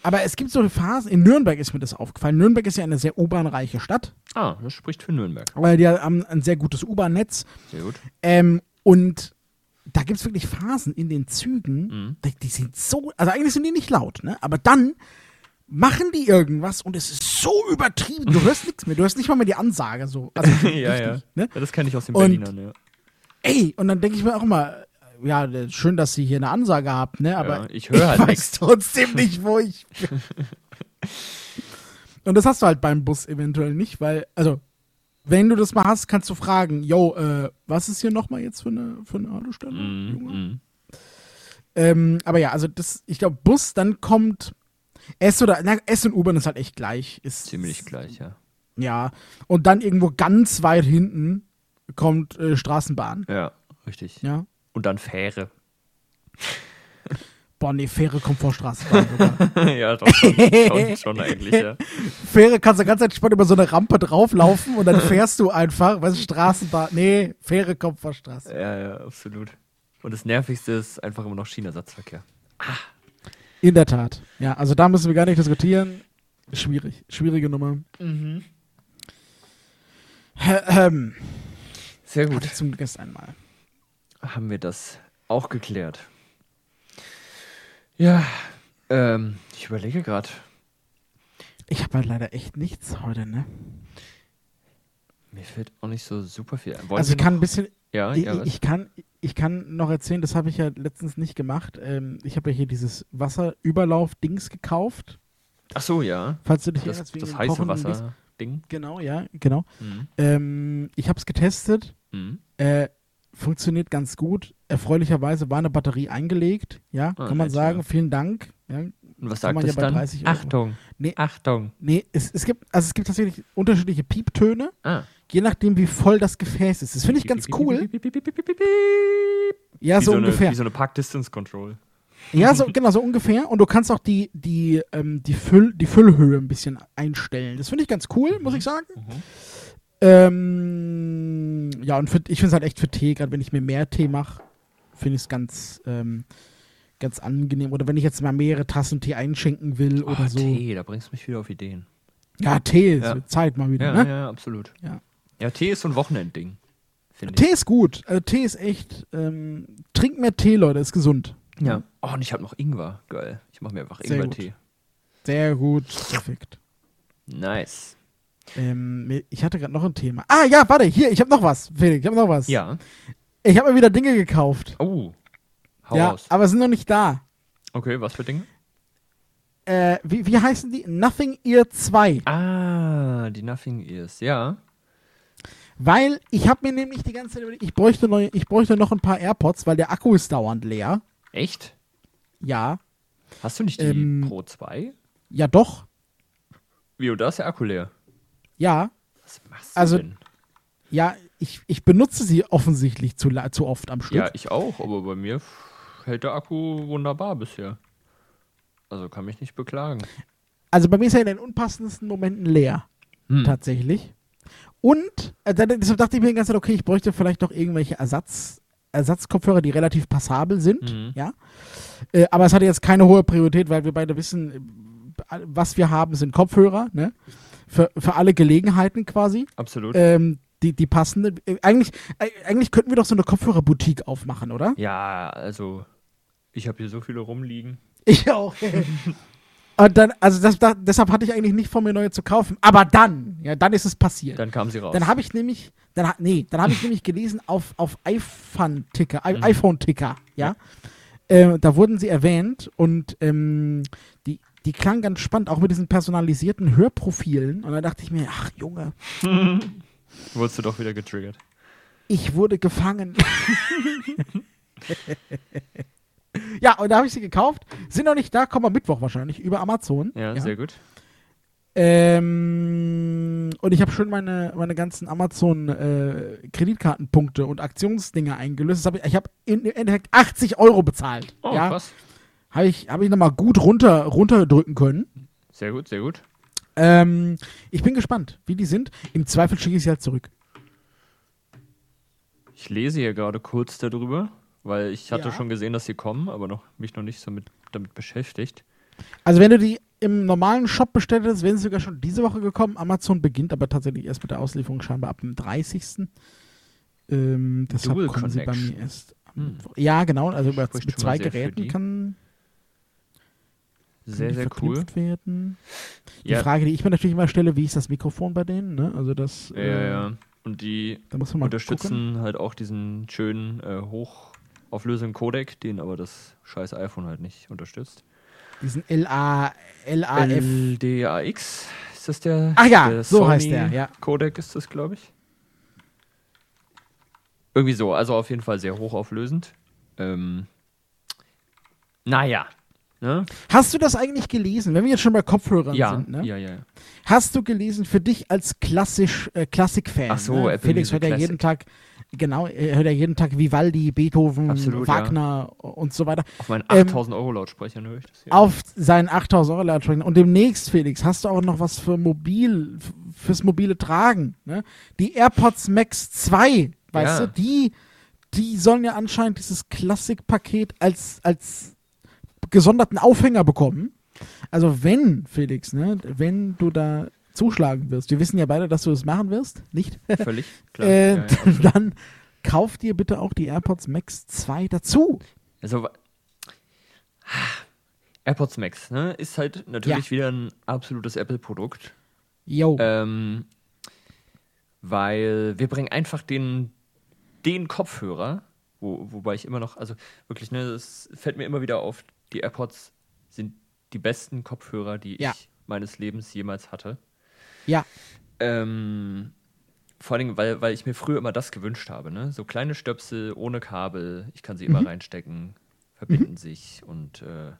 Speaker 2: aber es gibt so Phasen, in Nürnberg ist mir das aufgefallen. Nürnberg ist ja eine sehr U-Bahn-reiche Stadt,
Speaker 1: Ah, das spricht für Nürnberg.
Speaker 2: weil die haben ein sehr gutes U-Bahn-Netz.
Speaker 1: Sehr gut.
Speaker 2: Ähm, und da gibt es wirklich Phasen in den Zügen,
Speaker 1: Mhm.
Speaker 2: die, die sind so, also eigentlich sind die nicht laut, ne? aber dann machen die irgendwas und es ist so übertrieben, du hörst nichts mehr, du hörst nicht mal mehr die Ansage so. Also,
Speaker 1: ja,
Speaker 2: richtig,
Speaker 1: ja.
Speaker 2: Ne?
Speaker 1: Das kenne ich aus ne? den
Speaker 2: Und-
Speaker 1: Berlinern, ja.
Speaker 2: Ey, und dann denke ich mir auch immer, ja, schön, dass ihr hier eine Ansage habt, ne? Aber
Speaker 1: Ja, ich höre halt
Speaker 2: weiß
Speaker 1: nichts.
Speaker 2: trotzdem nicht, wo ich bin. und das hast du halt beim Bus eventuell nicht, weil, also, wenn du das mal hast, kannst du fragen, yo, äh, was ist hier nochmal jetzt für eine, für eine Haltestelle, Junge?
Speaker 1: Mhm.
Speaker 2: Ähm, aber ja, also das, ich glaube, Bus, dann kommt S oder, na, S und U-Bahn ist halt echt gleich. Ist,
Speaker 1: Ziemlich gleich, ja.
Speaker 2: Ja, und dann irgendwo ganz weit hinten kommt äh, Straßenbahn,
Speaker 1: Ja, richtig.
Speaker 2: ja.
Speaker 1: Und dann Fähre.
Speaker 2: Boah, nee, Fähre kommt vor Straßenbahn. sogar.
Speaker 1: ja, doch, schon, schon, schon eigentlich, ja.
Speaker 2: Fähre kannst du ganz entspannt über so eine Rampe drauflaufen und dann fährst du einfach, weißt du, Straßenbahn. Nee, Fähre kommt vor Straße.
Speaker 1: Ja, ja, absolut. Und das Nervigste ist einfach immer noch Schienersatzverkehr.
Speaker 2: In der Tat. Ja, also da müssen wir gar nicht diskutieren. Schwierig. Schwierige Nummer. Mhm. Ähm,
Speaker 1: Sehr
Speaker 2: hatte
Speaker 1: gut.
Speaker 2: ich zum Glück erst einmal.
Speaker 1: Haben wir das auch geklärt. Ja, ähm, ich überlege gerade.
Speaker 2: Ich habe halt leider echt nichts heute, ne?
Speaker 1: Mir fällt auch nicht so super viel ein. Wollen
Speaker 2: Also
Speaker 1: wir
Speaker 2: ich kann ein bisschen,
Speaker 1: noch- ja,
Speaker 2: ich,
Speaker 1: ja, was?
Speaker 2: ich, kann, ich kann noch erzählen, das habe ich ja letztens nicht gemacht. Ähm, ich habe ja hier dieses Wasserüberlauf-Dings gekauft.
Speaker 1: Ach so, ja.
Speaker 2: Falls du dich
Speaker 1: Das,
Speaker 2: erinnerst, wegen
Speaker 1: das
Speaker 2: dem
Speaker 1: heiße
Speaker 2: Kochen und dies-
Speaker 1: Wasser-Ding.
Speaker 2: Genau, ja, genau.
Speaker 1: Mhm.
Speaker 2: Ähm, ich habe es getestet.
Speaker 1: Mhm.
Speaker 2: Äh, funktioniert ganz gut. Erfreulicherweise war eine Batterie eingelegt. Ja,
Speaker 1: Ah,
Speaker 2: kann man
Speaker 1: nett,
Speaker 2: sagen.
Speaker 1: ja.
Speaker 2: Vielen Dank. Ja,
Speaker 1: Und was
Speaker 2: Kann
Speaker 1: sagt
Speaker 2: man
Speaker 1: es
Speaker 2: ja bei
Speaker 1: dann?
Speaker 2: 30 Euro.
Speaker 1: Achtung,
Speaker 2: Nee.
Speaker 1: Achtung.
Speaker 2: nee, es, es gibt, also es gibt tatsächlich unterschiedliche Pieptöne,
Speaker 1: Ah.
Speaker 2: je nachdem, wie voll das Gefäß ist. Das finde ich ganz cool. Ja, so, ungefähr.
Speaker 1: Eine, wie so eine Park-Distance-Control.
Speaker 2: Ja, so, genau, so ungefähr. Und du kannst auch die, die, ähm, die, Füll, die Füllhöhe ein bisschen einstellen. Das finde ich ganz cool, muss
Speaker 1: Mhm.
Speaker 2: ich sagen. Ähm, ja, und für, ich finde es halt echt für Tee, gerade wenn ich mir mehr Tee mache, finde ich es ganz, ähm, ganz angenehm. Oder wenn ich jetzt mal mehrere Tassen Tee einschenken will oder
Speaker 1: oh,
Speaker 2: so.
Speaker 1: Tee, da bringst du mich wieder auf Ideen.
Speaker 2: Ja, Tee, ist
Speaker 1: Ja.
Speaker 2: wird Zeit mal wieder.
Speaker 1: Ja,
Speaker 2: ne?
Speaker 1: ja, absolut.
Speaker 2: Ja.
Speaker 1: ja, Tee ist so ein Wochenendding. Finde ich.
Speaker 2: Tee ist gut. Also, Tee ist echt. Ähm, trink mehr Tee, Leute, ist gesund.
Speaker 1: Ja. Oh, und ich habe noch Ingwer. Geil. Ich mache mir einfach
Speaker 2: Sehr
Speaker 1: Ingwer-Tee.
Speaker 2: Sehr gut. Perfekt.
Speaker 1: Nice.
Speaker 2: Ähm, mir- ich hatte gerade noch ein Thema. Ah ja, warte, hier, ich habe noch was, Felix, ich habe noch was.
Speaker 1: Ja.
Speaker 2: Ich habe mir wieder Dinge gekauft.
Speaker 1: Oh. Hau
Speaker 2: ja,
Speaker 1: raus.
Speaker 2: aber sind noch nicht da.
Speaker 1: Okay, was für Dinge?
Speaker 2: Äh, wie, wie heißen die? Nothing Ear 2.
Speaker 1: Ah, die Nothing Ears. Ja.
Speaker 2: Weil ich habe mir nämlich die ganze Zeit überlegt, ich bräuchte, neue, ich bräuchte noch ein paar AirPods, weil der Akku ist dauernd leer.
Speaker 1: Echt?
Speaker 2: Ja,
Speaker 1: Hast du nicht die
Speaker 2: Ähm.
Speaker 1: Pro 2?
Speaker 2: ja doch,
Speaker 1: Wie, da ist der Akku leer.
Speaker 2: ja.
Speaker 1: Was machst du
Speaker 2: Also,
Speaker 1: denn?
Speaker 2: Ja, ich, ich benutze sie offensichtlich zu, la- zu oft am Stück.
Speaker 1: Ja, ich auch, aber bei mir pff, hält der Akku wunderbar bisher. Also kann mich nicht beklagen.
Speaker 2: Also bei mir ist er in den unpassendsten Momenten leer.
Speaker 1: Hm.
Speaker 2: Tatsächlich. Und äh, dann- deshalb dachte ich mir die ganze Zeit, okay, ich bräuchte vielleicht noch irgendwelche Ersatz, Ersatzkopfhörer, die relativ passabel sind.
Speaker 1: Mhm.
Speaker 2: Ja. Äh, aber es hatte jetzt keine hohe Priorität, weil wir beide wissen, äh, was wir haben, sind Kopfhörer, ne? Für, für alle Gelegenheiten quasi.
Speaker 1: Absolut.
Speaker 2: Ähm, die, die passende. Äh, eigentlich, äh, eigentlich könnten wir doch so eine Kopfhörerboutique aufmachen, oder?
Speaker 1: Ja, also ich habe hier so viele rumliegen.
Speaker 2: Ich auch. Und dann, also das, da, deshalb hatte ich eigentlich nicht vor mir neue zu kaufen. Aber dann, ja, dann ist es passiert.
Speaker 1: Dann kam sie raus.
Speaker 2: Dann habe ich nämlich, dann, ha- nee, dann habe ich nämlich gelesen auf, auf iPhone-Ticker,
Speaker 1: Mhm.
Speaker 2: i- iPhone-Ticker, ja. Äh, da wurden sie erwähnt und ähm, die, die klangen ganz spannend, auch mit diesen personalisierten Hörprofilen. Und da dachte ich mir, ach Junge,
Speaker 1: Wurdest du doch wieder getriggert.
Speaker 2: ich wurde gefangen. ja, und da habe ich sie gekauft. Sind noch nicht da, kommen am Mittwoch wahrscheinlich über Amazon.
Speaker 1: Ja, sehr gut.
Speaker 2: Ähm, und ich habe schon meine, meine ganzen Amazon-Kreditkartenpunkte und Aktionsdinge eingelöst. Das Hab ich ich habe im Endeffekt 80 Euro bezahlt.
Speaker 1: Oh,
Speaker 2: ja,
Speaker 1: krass.
Speaker 2: habe ich, hab ich nochmal gut runter, runterdrücken können.
Speaker 1: Sehr gut, sehr gut.
Speaker 2: Ähm, ich bin gespannt, wie die sind. Im Zweifel schicke ich sie halt zurück.
Speaker 1: Ich lese hier gerade kurz darüber, weil ich hatte
Speaker 2: Ja.
Speaker 1: schon gesehen, dass sie kommen, aber noch, mich noch nicht so mit, damit beschäftigt.
Speaker 2: Also wenn du die im normalen Shop bestellt hast, wären sie sogar schon diese Woche gekommen. Amazon beginnt aber tatsächlich erst mit der Auslieferung scheinbar ab dem 30. Ähm, deshalb
Speaker 1: Dual
Speaker 2: kommen sie bei
Speaker 1: Connection.
Speaker 2: mir erst
Speaker 1: Hm.
Speaker 2: Ja, genau. Also über,
Speaker 1: Spricht
Speaker 2: mit
Speaker 1: schon mal
Speaker 2: zwei
Speaker 1: sehr für die.
Speaker 2: Geräten kann
Speaker 1: Sehr,
Speaker 2: die
Speaker 1: sehr cool.
Speaker 2: verknüpft werden. Die
Speaker 1: Ja,
Speaker 2: Frage, die ich mir natürlich immer stelle, wie ist das Mikrofon bei denen? Ne? Also das,
Speaker 1: ja,
Speaker 2: äh,
Speaker 1: ja. Und die
Speaker 2: da muss man mal
Speaker 1: unterstützen
Speaker 2: gucken.
Speaker 1: halt auch diesen schönen äh, hochauflösenden Codec, den aber das scheiß iPhone halt nicht unterstützt.
Speaker 2: Diesen LA, LAF.
Speaker 1: LDAX ist das der?
Speaker 2: Ach Ah ja,
Speaker 1: der
Speaker 2: so heißt der, ja.
Speaker 1: Codec ist das, glaube ich. Irgendwie so, also auf jeden Fall sehr hochauflösend. Ähm, naja. Ne?
Speaker 2: Hast du das eigentlich gelesen, wenn wir jetzt schon bei Kopfhörern
Speaker 1: Ja,
Speaker 2: sind? Ne?
Speaker 1: ja, ja, ja.
Speaker 2: Hast du gelesen für dich als klassisch äh, Klassik-Fan?
Speaker 1: Ach so,
Speaker 2: ne?
Speaker 1: Apple
Speaker 2: Felix
Speaker 1: Music
Speaker 2: hört ja jeden Tag, genau, er hört ja jeden Tag Vivaldi, Beethoven,
Speaker 1: Absolut, ja.
Speaker 2: Wagner und so weiter.
Speaker 1: Auf meinen
Speaker 2: Ähm,
Speaker 1: 8000 Euro Lautsprechern höre ich das hier.
Speaker 2: Auf seinen 8000 Euro Lautsprecher. Und demnächst, Felix, hast du auch noch was für mobil, f- fürs mobile Tragen. Ne? Die AirPods Max 2, weißt
Speaker 1: Ja.
Speaker 2: du, die, die sollen ja anscheinend dieses Klassik-Paket als, als gesonderten Aufhänger bekommen. Also wenn, Felix, ne, wenn du da zuschlagen wirst, wir wissen ja beide, dass du das machen wirst, nicht?
Speaker 1: Völlig klar.
Speaker 2: Äh,
Speaker 1: ja, ja.
Speaker 2: Dann kauf dir bitte auch die AirPods Max 2 dazu.
Speaker 1: Also wa- AirPods Max, ne? Ist halt natürlich wieder ein absolutes Apple-Produkt.
Speaker 2: Yo.
Speaker 1: Ähm, weil wir bringen einfach den, den Kopfhörer, wo, wobei ich immer noch, also wirklich, ne, es fällt mir immer wieder auf, die AirPods sind die besten Kopfhörer, die
Speaker 2: Ja.
Speaker 1: ich meines Lebens jemals hatte.
Speaker 2: ja.
Speaker 1: Ähm, vor allem, weil, weil ich mir früher immer das gewünscht habe, ne? So kleine Stöpsel ohne Kabel, ich kann sie
Speaker 2: Mhm.
Speaker 1: immer reinstecken, verbinden sich und äh,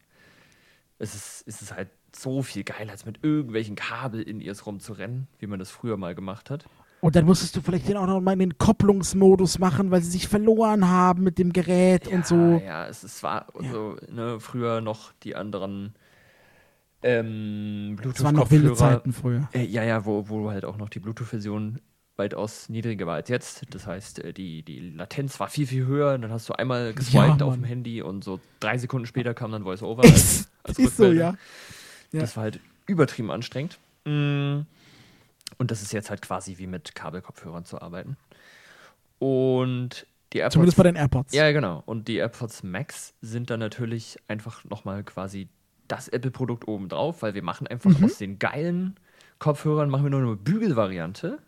Speaker 1: es, ist, es ist halt so viel geiler, als mit irgendwelchen Kabel in ihrs rumzurennen, wie man das früher mal gemacht hat.
Speaker 2: Und dann musstest du vielleicht den auch noch mal in den Kopplungsmodus machen, weil sie sich verloren haben mit dem Gerät und so.
Speaker 1: Ja, es, es war so, ne, früher noch die anderen ähm,
Speaker 2: Das waren noch wilde
Speaker 1: Bluetooth-Kopfhörer.
Speaker 2: Zeiten früher.
Speaker 1: Äh, ja, ja, wo, wo halt auch noch die Bluetooth-Version weitaus niedriger war als jetzt. Das heißt, äh, die, die Latenz war viel, viel höher. Und dann hast du einmal geswiped auf
Speaker 2: Mann.
Speaker 1: dem Handy und so drei Sekunden später kam dann Voice-Over. Also
Speaker 2: Ist,
Speaker 1: als
Speaker 2: ist so,
Speaker 1: Rückmeldung.
Speaker 2: ja. ja.
Speaker 1: Das war halt übertrieben anstrengend. Mm. Und das ist jetzt halt quasi wie mit Kabelkopfhörern zu arbeiten. Und die AirPods
Speaker 2: Zumindest bei den AirPods.
Speaker 1: ja, genau. Und die AirPods Max sind dann natürlich einfach nochmal quasi das Apple-Produkt obendrauf, weil wir machen einfach
Speaker 2: Mhm.
Speaker 1: aus den geilen Kopfhörern, machen wir nur eine Bügelvariante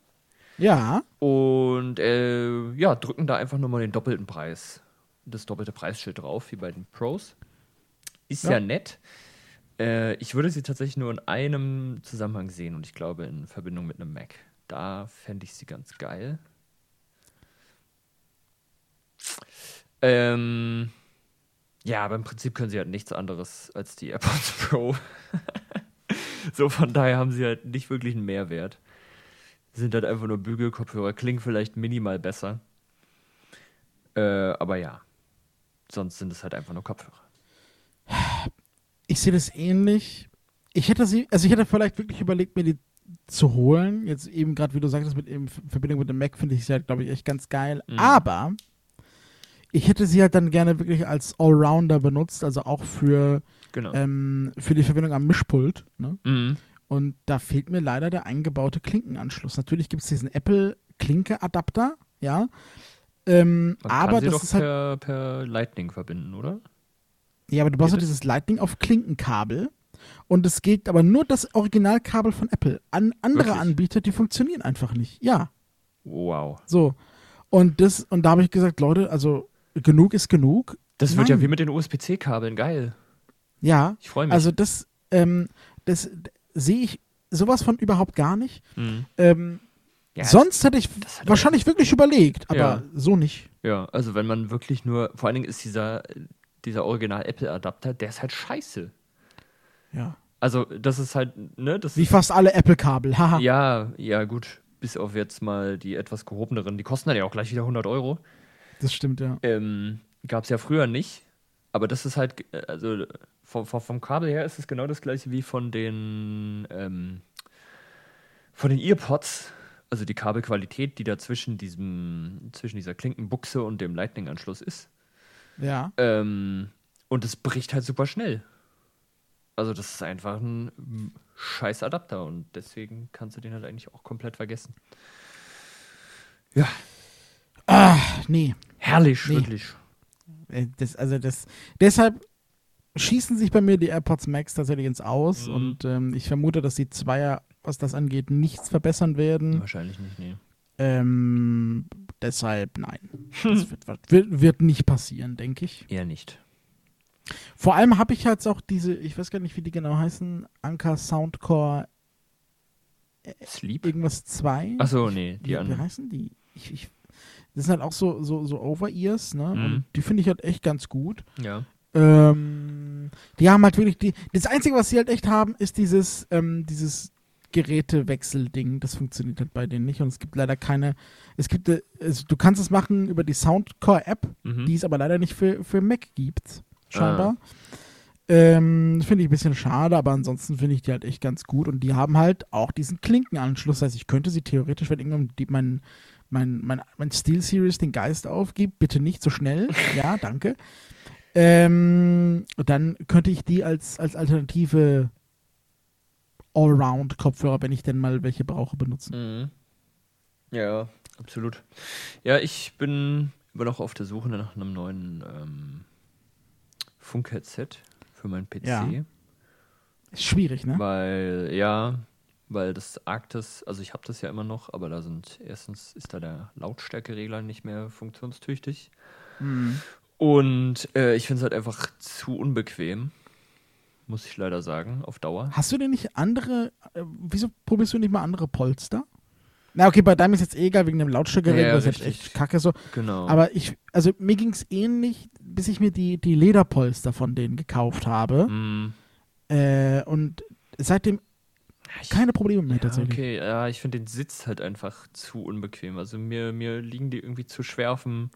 Speaker 2: ja.
Speaker 1: und äh, ja, drücken da einfach nochmal den doppelten Preis, das doppelte Preisschild drauf, wie bei den Pros. Ist ja,
Speaker 2: Ja.
Speaker 1: nett. Äh, ich würde sie tatsächlich nur in einem Zusammenhang sehen und ich glaube in Verbindung mit einem Mac. Da fände ich sie ganz geil. Ähm, ja, aber im Prinzip können sie halt nichts anderes als die AirPods Pro. so, von daher haben sie halt nicht wirklich einen Mehrwert. Sind halt einfach nur Bügelkopfhörer, klingen vielleicht minimal besser. Äh, aber ja, sonst sind es halt einfach nur Kopfhörer.
Speaker 2: Ich sehe das ähnlich. Ich hätte sie, also ich hätte vielleicht wirklich überlegt, mir die zu holen. Jetzt eben gerade, wie du sagtest, mit in Verbindung mit dem Mac finde ich sie halt, glaube ich, echt ganz geil.
Speaker 1: Mhm.
Speaker 2: Aber ich hätte sie halt dann gerne wirklich als Allrounder benutzt, also auch für,
Speaker 1: Genau.
Speaker 2: ähm, für die Verbindung am Mischpult. Ne?
Speaker 1: mhm.
Speaker 2: Und da fehlt mir leider der eingebaute Klinkenanschluss. Natürlich gibt es diesen Apple-Klinke-Adapter, ja. Ähm,
Speaker 1: Man
Speaker 2: aber
Speaker 1: kann sie
Speaker 2: das
Speaker 1: doch
Speaker 2: ist halt.
Speaker 1: per, per Lightning verbinden, oder?
Speaker 2: Ja, aber du brauchst
Speaker 1: Geht
Speaker 2: halt dieses Lightning auf Klinkenkabel. Und es geht aber nur das Originalkabel von Apple. An andere
Speaker 1: Wirklich?
Speaker 2: Anbieter, die funktionieren einfach nicht. Ja,
Speaker 1: Wow.
Speaker 2: so. Und das, und da habe ich gesagt, Leute, also genug ist genug.
Speaker 1: Das wird ja
Speaker 2: Mann.
Speaker 1: wie mit den USB-C-Kabeln geil.
Speaker 2: Ja.
Speaker 1: Ich freue mich.
Speaker 2: Also das, ähm, das d- sehe ich sowas von überhaupt gar nicht.
Speaker 1: mhm.
Speaker 2: Ähm,
Speaker 1: ja,
Speaker 2: sonst hätte ich
Speaker 1: das hat
Speaker 2: wahrscheinlich wirklich überlegt, aber
Speaker 1: Ja.
Speaker 2: so nicht.
Speaker 1: Ja, also wenn man wirklich nur, vor allen Dingen ist dieser, dieser Original-Apple-Adapter, der ist halt scheiße.
Speaker 2: Ja.
Speaker 1: Also das ist halt, ne, das
Speaker 2: Wie fast alle Apple-Kabel, haha.
Speaker 1: Ja, ja, gut. Bis auf jetzt mal die etwas gehobeneren. Die kosten dann ja auch gleich wieder 100 Euro.
Speaker 2: Das stimmt, ja.
Speaker 1: Ähm, Gab es ja früher nicht. Aber das ist halt, äh, also vom, vom, vom Kabel her ist es genau das gleiche wie von den, ähm, von den Earpods. Also die Kabelqualität, die da zwischen, diesem, zwischen dieser Klinkenbuchse und dem Lightning-Anschluss ist.
Speaker 2: Ja.
Speaker 1: Ähm, und es bricht halt super schnell. Also das ist einfach ein mm, scheiß Adapter und deswegen kannst du den halt eigentlich auch komplett vergessen. Ja,
Speaker 2: Nee.
Speaker 1: herrlich,
Speaker 2: Nee.
Speaker 1: wirklich.
Speaker 2: äh, das, also das, deshalb schießen sich bei mir die AirPods Max tatsächlich ins Aus
Speaker 1: Mhm.
Speaker 2: und ähm, ich vermute, dass die Zweier, was das angeht, nichts verbessern werden.
Speaker 1: Wahrscheinlich nicht, nee.
Speaker 2: Ähm, deshalb nein. Das wird, wird, wird nicht passieren, denke ich.
Speaker 1: Eher nicht.
Speaker 2: Vor allem habe ich jetzt auch diese, ich weiß gar nicht, wie die genau heißen, Anker Soundcore
Speaker 1: Sleep?
Speaker 2: irgendwas 2.
Speaker 1: Achso, nee, die
Speaker 2: wie, wie
Speaker 1: anderen.
Speaker 2: heißen die? Ich, ich, das sind halt auch so, so, so Over-Ears, ne?
Speaker 1: Mhm.
Speaker 2: Und die finde ich halt echt ganz gut.
Speaker 1: Ja.
Speaker 2: Ähm, die haben halt wirklich die. Das Einzige, was sie halt echt haben, ist dieses, ähm, dieses Gerätewechselding. Das funktioniert halt bei denen nicht. Und es gibt leider keine. Es gibt, äh, also du kannst es machen über die Soundcore-App,
Speaker 1: Mhm.
Speaker 2: die es aber leider nicht für, für Mac gibt, scheinbar. Ähm, das finde ich ein bisschen schade, aber ansonsten finde ich die halt echt ganz gut. Und die haben halt auch diesen Klinkenanschluss. Das heißt, ich könnte sie theoretisch, wenn irgendwann die, mein, mein, mein, mein Steel Series den Geist aufgibt, bitte nicht so schnell. Ja, danke. Ähm, dann könnte ich die als, als alternative Allround-Kopfhörer, wenn ich denn mal welche brauche, benutzen.
Speaker 1: Mhm. Ja, absolut. Ja, ich bin immer noch auf der Suche nach einem neuen ähm, Funkheadset für meinen PC.
Speaker 2: Ja. Ist schwierig, ne?
Speaker 1: Weil, ja, weil das Arctis, also ich habe das ja immer noch, aber da sind, erstens ist da der Lautstärkeregler nicht mehr funktionstüchtig.
Speaker 2: Mhm.
Speaker 1: Und äh, ich finde es halt einfach zu unbequem, muss ich leider sagen, auf Dauer.
Speaker 2: Hast du denn nicht andere, äh, wieso probierst du nicht mal andere Polster? Na okay, bei deinem ist jetzt eh egal wegen dem Lautstärkergerät,
Speaker 1: Ja,
Speaker 2: das ist jetzt
Speaker 1: richtig.
Speaker 2: echt kacke so.
Speaker 1: Genau.
Speaker 2: Aber ich, also mir ging es ähnlich, bis ich mir die, die Lederpolster von denen gekauft habe.
Speaker 1: Mm,
Speaker 2: Äh, und seitdem
Speaker 1: ich-
Speaker 2: keine Probleme mehr
Speaker 1: Ja,
Speaker 2: tatsächlich.
Speaker 1: okay, ja, ich finde den Sitz halt einfach zu unbequem. Also mir, mir liegen die irgendwie zu schwer auf dem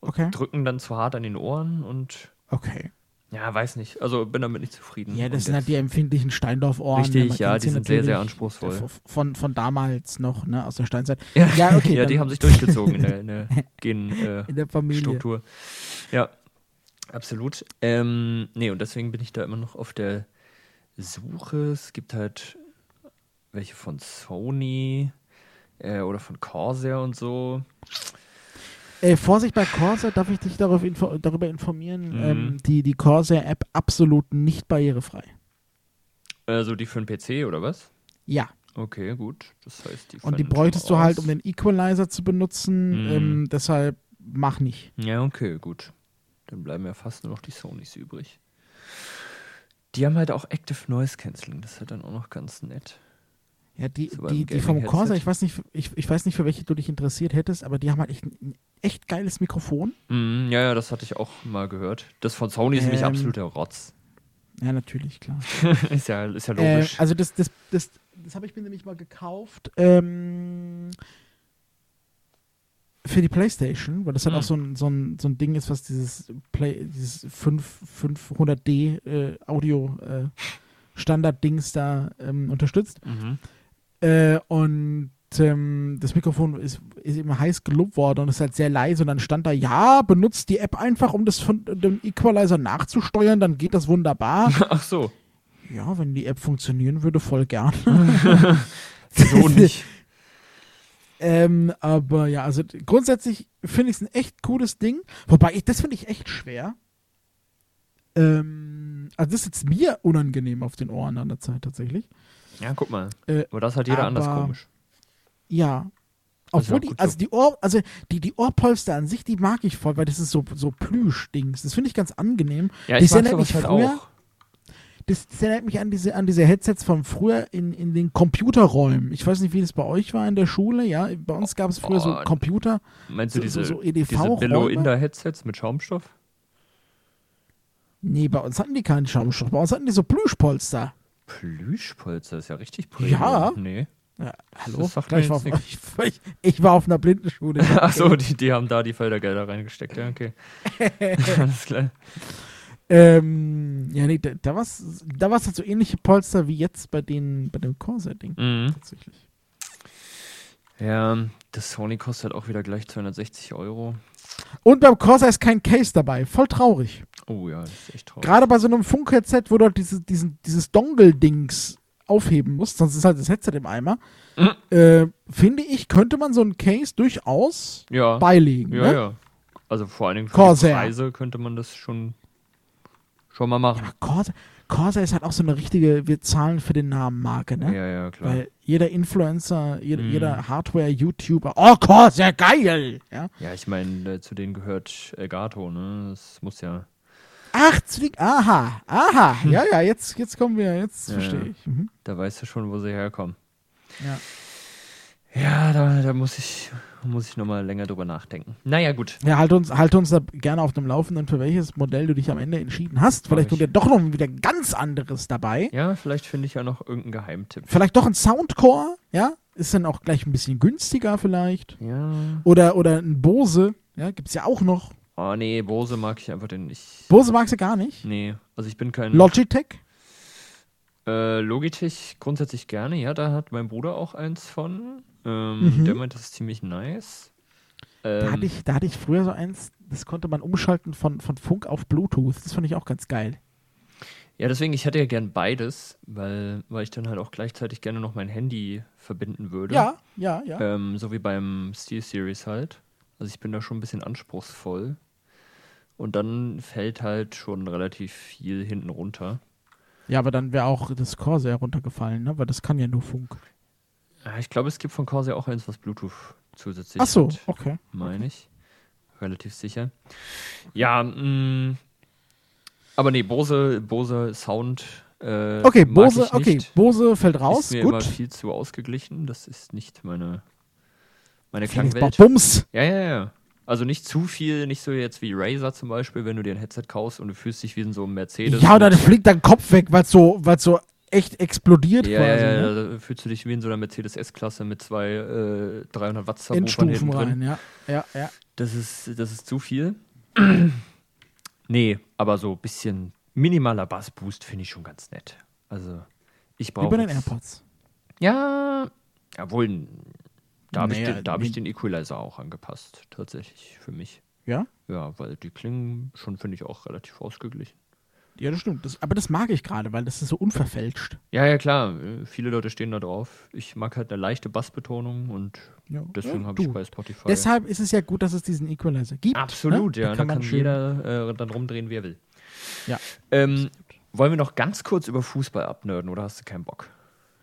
Speaker 1: und
Speaker 2: Okay.
Speaker 1: drücken dann zu hart an den Ohren und
Speaker 2: Okay.
Speaker 1: ja, weiß nicht. Also bin damit nicht zufrieden.
Speaker 2: Ja,
Speaker 1: Und
Speaker 2: das sind halt die
Speaker 1: jetzt-
Speaker 2: empfindlichen Steindorf-Ohren.
Speaker 1: Richtig,
Speaker 2: ne, man
Speaker 1: ja,
Speaker 2: kennt's
Speaker 1: die sind sehr, sehr
Speaker 2: natürlich
Speaker 1: anspruchsvoll.
Speaker 2: v- Von, von damals noch, ne, aus der Steinzeit.
Speaker 1: Ja,
Speaker 2: Ja, okay,
Speaker 1: die
Speaker 2: dann-
Speaker 1: haben sich durchgezogen in der, in der Genstruktur. Äh,
Speaker 2: In der Familie.
Speaker 1: Struktur. ja, absolut. Ähm, nee, und deswegen bin ich da immer noch auf der Suche. Es gibt halt welche von Sony äh, oder von Corsair und so.
Speaker 2: Äh, Vorsicht bei Corsair, darf ich dich darauf info darüber informieren?
Speaker 1: Mhm.
Speaker 2: Ähm, die die Corsair-App absolut nicht barrierefrei.
Speaker 1: Also die für den PC oder was?
Speaker 2: Ja.
Speaker 1: Okay, gut. Das heißt, die
Speaker 2: Und die
Speaker 1: fallen schon
Speaker 2: bräuchtest du
Speaker 1: raus.
Speaker 2: halt, um den Equalizer zu benutzen.
Speaker 1: oh, Mhm.
Speaker 2: Ähm, deshalb mach nicht.
Speaker 1: Ja, okay, gut. Dann bleiben ja fast nur noch die Sonys übrig. Die haben halt auch Active Noise Cancelling. Das ist halt dann auch noch ganz nett.
Speaker 2: Ja, die,
Speaker 1: So beim
Speaker 2: die, die vom
Speaker 1: Gaming-Headset.
Speaker 2: Corsair, ich weiß, nicht, ich, ich weiß nicht, für welche du dich interessiert hättest, aber die haben halt echt ein, ein echt geiles Mikrofon.
Speaker 1: Mhm, ja, ja, das hatte ich auch mal gehört. Das von Sony ist nämlich
Speaker 2: Ähm.
Speaker 1: absoluter Rotz.
Speaker 2: Ja, natürlich, klar.
Speaker 1: ist, ja, ist ja
Speaker 2: Äh,
Speaker 1: logisch.
Speaker 2: also das, das, das, das habe ich mir nämlich mal gekauft ähm, für die Playstation, weil das halt
Speaker 1: Hm.
Speaker 2: auch so ein, so, ein, so ein Ding ist, was dieses, Play, dieses 5, 500D äh, Audio äh, Standard-Dings da ähm, unterstützt.
Speaker 1: mhm.
Speaker 2: Äh, und ähm, das Mikrofon ist, ist eben heiß gelobt worden und ist halt sehr leise. Und dann stand da, ja, benutzt die App einfach, um das von dem Equalizer nachzusteuern, dann geht das wunderbar.
Speaker 1: Ach so,
Speaker 2: ja, wenn die App funktionieren würde, voll gern.
Speaker 1: so nicht.
Speaker 2: ähm, aber ja, also d- grundsätzlich finde ich es ein echt cooles Ding. Wobei, ich, das finde ich echt schwer. Ähm, also das ist jetzt mir unangenehm auf den Ohren an der Zeit tatsächlich.
Speaker 1: Ja, guck mal.
Speaker 2: Äh,
Speaker 1: Aber das hat jeder anders
Speaker 2: aber-
Speaker 1: komisch.
Speaker 2: Ja.
Speaker 1: Das ist ja
Speaker 2: Obwohl
Speaker 1: auch
Speaker 2: die,
Speaker 1: gut so.
Speaker 2: also die Ohr, also die, die Ohrpolster an sich, die mag ich voll, weil das ist so, so Plüsch-Dings. Das finde ich ganz angenehm.
Speaker 1: Ja,
Speaker 2: das
Speaker 1: ich mag
Speaker 2: erinnert
Speaker 1: sowas
Speaker 2: mich
Speaker 1: halt
Speaker 2: früher-
Speaker 1: auch.
Speaker 2: Das, das erinnert mich an diese, an diese Headsets von früher in, in den Computerräumen. Ich weiß nicht, wie das bei euch war in der Schule, ja. Bei uns gab es früher so
Speaker 1: Oh,
Speaker 2: Computer,
Speaker 1: Meinst
Speaker 2: so,
Speaker 1: du Also diese,
Speaker 2: so, E so
Speaker 1: diese
Speaker 2: EDV-Räume.
Speaker 1: Billo-Inder-Headsets mit Schaumstoff?
Speaker 2: Nee, bei uns hatten die keinen Schaumstoff, bei uns hatten die so Plüschpolster.
Speaker 1: Plüschpolster ist ja richtig
Speaker 2: Ja.
Speaker 1: Nee.
Speaker 2: Ja, hallo?
Speaker 1: Das sagt
Speaker 2: Gleich
Speaker 1: mir
Speaker 2: war,
Speaker 1: jetzt
Speaker 2: ich, ich, ich war auf einer Blindenschule.
Speaker 1: Ach so, die, die haben da die Fördergelder reingesteckt. Ja, okay. Alles klar.
Speaker 2: Ähm, ja, nee, da, da war es da war's halt so ähnliche Polster wie jetzt bei, den, bei dem Corsair-Ding.
Speaker 1: Mhm.
Speaker 2: Tatsächlich.
Speaker 1: Ja, das Sony kostet halt auch wieder gleich 260 Euro.
Speaker 2: Und beim Corsair ist kein Case dabei. Voll traurig.
Speaker 1: Oh ja, das ist echt traurig.
Speaker 2: Gerade bei so einem Funkheadset, wo du halt diese, diesen, dieses Dongle-Dings aufheben musst, sonst ist halt das Headset im Eimer.
Speaker 1: Mhm.
Speaker 2: Äh, finde ich, könnte man so ein Case durchaus
Speaker 1: ja.
Speaker 2: beilegen.
Speaker 1: Ja,
Speaker 2: ne?
Speaker 1: ja. Also vor allen Dingen für die
Speaker 2: Corsair.
Speaker 1: Preise könnte man das schon, schon mal machen.
Speaker 2: Aber Corsair, Corsair ist halt auch so eine richtige, wir zahlen für den Namen Marke,
Speaker 1: Ja,
Speaker 2: ne?
Speaker 1: ja, klar. Mhm.
Speaker 2: Weil jeder Influencer, jeder, jeder Hardware-YouTuber, oh Corsair, geil! Ja?
Speaker 1: ja, ich meine, äh, zu denen gehört Elgato, ne? Das muss ja.
Speaker 2: Ach, Zwick, aha, aha, ja, ja, jetzt, jetzt kommen wir, jetzt
Speaker 1: Hm. Ja,
Speaker 2: verstehe
Speaker 1: ja.
Speaker 2: ich. Mhm.
Speaker 1: Da weißt du schon, wo sie herkommen.
Speaker 2: Ja.
Speaker 1: Ja, da, da muss ich, muss ich nochmal länger drüber nachdenken. Naja, gut.
Speaker 2: Ja, halt uns, halt uns da gerne auf dem Laufenden, für welches Modell du dich am Ende entschieden hast. Vielleicht
Speaker 1: Mach
Speaker 2: kommt
Speaker 1: ich.
Speaker 2: ja doch noch wieder ganz anderes dabei.
Speaker 1: Ja, vielleicht finde ich ja noch irgendeinen Geheimtipp.
Speaker 2: Vielleicht doch ein Soundcore, ja? Ist dann auch gleich ein bisschen günstiger vielleicht.
Speaker 1: Ja.
Speaker 2: Oder, oder ein Bose, ja, gibt's ja auch noch.
Speaker 1: Oh nee, Bose mag ich einfach den nicht.
Speaker 2: Bose magst du gar nicht.
Speaker 1: Nee, also ich bin kein
Speaker 2: Logitech?
Speaker 1: äh, Logitech grundsätzlich gerne. Ja, da hat mein Bruder auch eins von. Ähm, Der meint, das ist ziemlich nice.
Speaker 2: Da hatte,
Speaker 1: Ähm,
Speaker 2: Mhm. ich, da hatte ich früher so eins, das konnte man umschalten von, von Funk auf Bluetooth. Das fand ich auch ganz geil.
Speaker 1: ja, deswegen, ich hätte ja gern beides, weil, weil ich dann halt auch gleichzeitig gerne noch mein Handy verbinden würde.
Speaker 2: Ja, ja, ja.
Speaker 1: Ähm, so wie beim Steel Series halt. Also ich bin da schon ein bisschen anspruchsvoll. Und dann fällt halt schon relativ viel hinten runter.
Speaker 2: Ja, aber dann wäre auch das Corsair runtergefallen, ne? Weil das kann ja nur Funk.
Speaker 1: Ah, Ich glaube, es gibt von Corsair auch eins, was Bluetooth zusätzlich
Speaker 2: Ach so,
Speaker 1: hat.
Speaker 2: okay.
Speaker 1: meine ich. Relativ sicher. Ja, mh, aber nee, Bose, Bose Sound. Äh,
Speaker 2: Okay,
Speaker 1: mag
Speaker 2: Bose,
Speaker 1: ich
Speaker 2: okay,
Speaker 1: nicht.
Speaker 2: Bose fällt raus.
Speaker 1: Ist mir immer
Speaker 2: Gut.
Speaker 1: viel zu ausgeglichen. Das ist nicht meine, meine
Speaker 2: Felix braucht
Speaker 1: Klangwelt.
Speaker 2: Bums.
Speaker 1: Ja, ja, ja. Also nicht zu viel, nicht so jetzt wie Razer zum Beispiel, wenn du dir ein Headset kaufst und du fühlst dich wie in so einem Mercedes.
Speaker 2: Ja, und dann fliegt dein Kopf weg, weil es so, weil's so echt explodiert
Speaker 1: ja,
Speaker 2: quasi.
Speaker 1: ja, ja,
Speaker 2: ne?
Speaker 1: da fühlst du dich wie in so einer Mercedes S-Klasse mit zwei äh, 300 Watt
Speaker 2: In
Speaker 1: Subwoofern hinten
Speaker 2: Stufen
Speaker 1: drin.
Speaker 2: rein, ja. Ja, ja.
Speaker 1: Das ist, das ist zu viel. nee, aber so ein bisschen minimaler Bassboost finde ich schon ganz nett. Also, ich
Speaker 2: Wie
Speaker 1: brauche.
Speaker 2: bei den
Speaker 1: jetzt-
Speaker 2: AirPods.
Speaker 1: Ja, obwohl, da habe ich,
Speaker 2: Naja,
Speaker 1: den- da hab ich
Speaker 2: nee.
Speaker 1: den Equalizer auch angepasst, tatsächlich für mich.
Speaker 2: Ja?
Speaker 1: Ja, weil die klingen schon, finde ich, auch relativ ausgeglichen.
Speaker 2: Ja, das stimmt. Das, aber das mag ich gerade, weil das ist so unverfälscht.
Speaker 1: Ja, ja, klar, äh, viele Leute stehen da drauf. Ich mag halt eine leichte Bassbetonung und
Speaker 2: Ja,
Speaker 1: deswegen
Speaker 2: ja,
Speaker 1: habe ich
Speaker 2: du.
Speaker 1: bei Spotify.
Speaker 2: Deshalb ist es ja gut, dass es diesen Equalizer gibt.
Speaker 1: Absolut,
Speaker 2: ne?
Speaker 1: ja. Da kann,
Speaker 2: man schön-
Speaker 1: jeder äh, dann rumdrehen, wie er will.
Speaker 2: Ja.
Speaker 1: Ähm, wollen wir noch ganz kurz über Fußball abnörden oder hast du keinen Bock?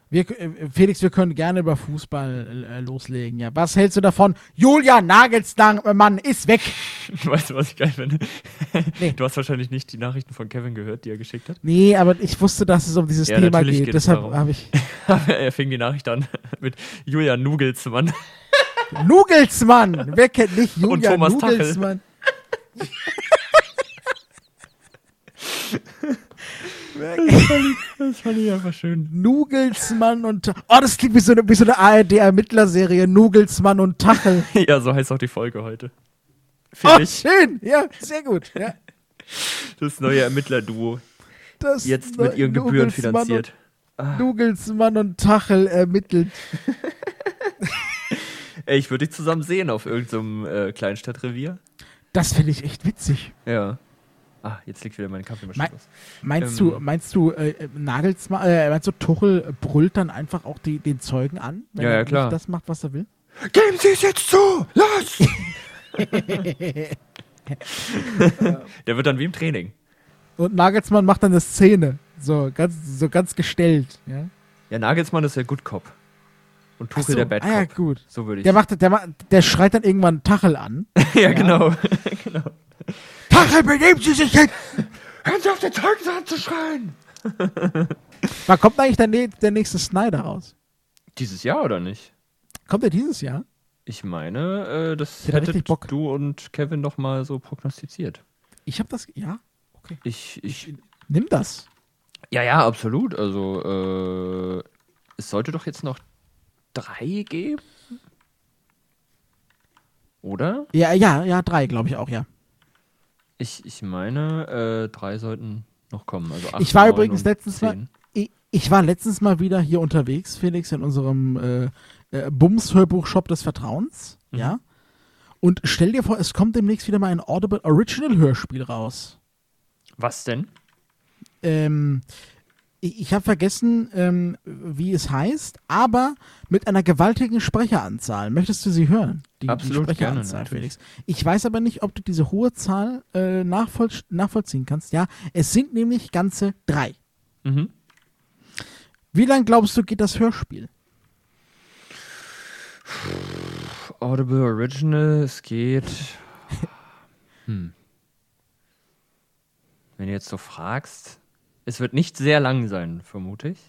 Speaker 2: Wir, äh, Felix, wir können gerne über Fußball äh, loslegen. Ja, was hältst du davon? Julian Nagelsmann äh, ist weg.
Speaker 1: Weißt du, was ich geil finde?
Speaker 2: Nee.
Speaker 1: Du hast wahrscheinlich nicht die Nachrichten von Kevin gehört, die er geschickt hat.
Speaker 2: Nee, aber ich wusste, dass es um dieses
Speaker 1: Ja,
Speaker 2: Thema
Speaker 1: natürlich
Speaker 2: geht.
Speaker 1: geht's
Speaker 2: Deshalb
Speaker 1: darum.
Speaker 2: habe ich
Speaker 1: er fing die Nachricht an mit Julian Nugelsmann.
Speaker 2: Nugelsmann. Wer kennt nicht Julian
Speaker 1: Thomas Tuchel.
Speaker 2: Nugelsmann?
Speaker 1: Das fand ich einfach schön.
Speaker 2: Nugelsmann und Ta- Oh, das klingt wie so eine, wie so eine ARD-Ermittlerserie. Nugelsmann und Tachel.
Speaker 1: Ja, so heißt auch die Folge heute.
Speaker 2: Oh,
Speaker 1: Finde ich
Speaker 2: schön. Ja, sehr gut. Ja,
Speaker 1: das neue Ermittlerduo.
Speaker 2: das
Speaker 1: Jetzt mit ihren
Speaker 2: Nugelsmann
Speaker 1: Gebühren finanziert.
Speaker 2: Und, Nugelsmann und Tachel ermittelt.
Speaker 1: Ey, ich würde dich zusammen sehen auf irgendeinem äh, Kleinstadtrevier.
Speaker 2: Das finde ich echt witzig.
Speaker 1: Ja. Ah, jetzt liegt wieder meine Kaffeemaschine
Speaker 2: Mein- Meinst
Speaker 1: aus. Ähm.
Speaker 2: du, meinst du, äh, äh, Nagelsmann, äh, meinst du, Tuchel äh, brüllt dann einfach auch die, den Zeugen an, wenn
Speaker 1: Ja, ja,
Speaker 2: er
Speaker 1: klar.
Speaker 2: nicht das macht, was er will?
Speaker 1: Geben Sie es jetzt zu! Los! Der wird dann wie im Training.
Speaker 2: Und Nagelsmann macht dann eine Szene. So ganz, so ganz gestellt. Ja?
Speaker 1: Ja, Nagelsmann ist der Good Cop. Und Tuchel
Speaker 2: Ach so,
Speaker 1: der Bad Cop.
Speaker 2: Ah, ja, gut.
Speaker 1: So würde ich.
Speaker 2: Der macht, der macht, der schreit dann irgendwann Tachel an.
Speaker 1: ja, genau.
Speaker 2: Tachel, benehmen Sie sich jetzt!
Speaker 1: Hören Sie auf, den Zeugen anzuschreien!
Speaker 2: Wann kommt eigentlich der, nä- der nächste Snyder raus?
Speaker 1: Dieses Jahr oder nicht?
Speaker 2: Kommt er dieses Jahr?
Speaker 1: Ich meine, äh, das
Speaker 2: Ich hätte
Speaker 1: hättet
Speaker 2: richtig Bock.
Speaker 1: du und Kevin doch mal so prognostiziert.
Speaker 2: Ich habe das, ja, okay.
Speaker 1: Ich, ich,
Speaker 2: Nimm das.
Speaker 1: ja, ja, absolut. Also, äh, es sollte doch jetzt noch drei geben? Oder?
Speaker 2: Ja, ja, ja, drei, glaube ich auch, ja.
Speaker 1: Ich, ich meine, äh, drei sollten noch kommen. Also acht,
Speaker 2: Ich war
Speaker 1: neun
Speaker 2: übrigens
Speaker 1: und
Speaker 2: letztens mal-
Speaker 1: zehn.
Speaker 2: Ich, ich war letztens mal wieder hier unterwegs, Felix, in unserem äh, äh, Bums-Hörbuch-Shop des Vertrauens. Ja. Und stell dir vor, es kommt demnächst wieder mal ein Audible Original Hörspiel raus.
Speaker 1: Was denn?
Speaker 2: Ähm, ich, ich habe vergessen, ähm, wie es heißt, aber mit einer gewaltigen Sprecheranzahl. Möchtest du sie hören? Die,
Speaker 1: Absolut
Speaker 2: die
Speaker 1: gerne,
Speaker 2: Sprecheranzahl,
Speaker 1: natürlich.
Speaker 2: Felix. Ich weiß aber nicht, ob du diese hohe Zahl äh, nachvoll nachvollziehen kannst. Ja, es sind nämlich ganze drei.
Speaker 1: Mhm.
Speaker 2: Wie lang glaubst du, geht das Hörspiel?
Speaker 1: Audible Original, es geht. Hm. Wenn du jetzt so fragst, es wird nicht sehr lang sein, vermute ich.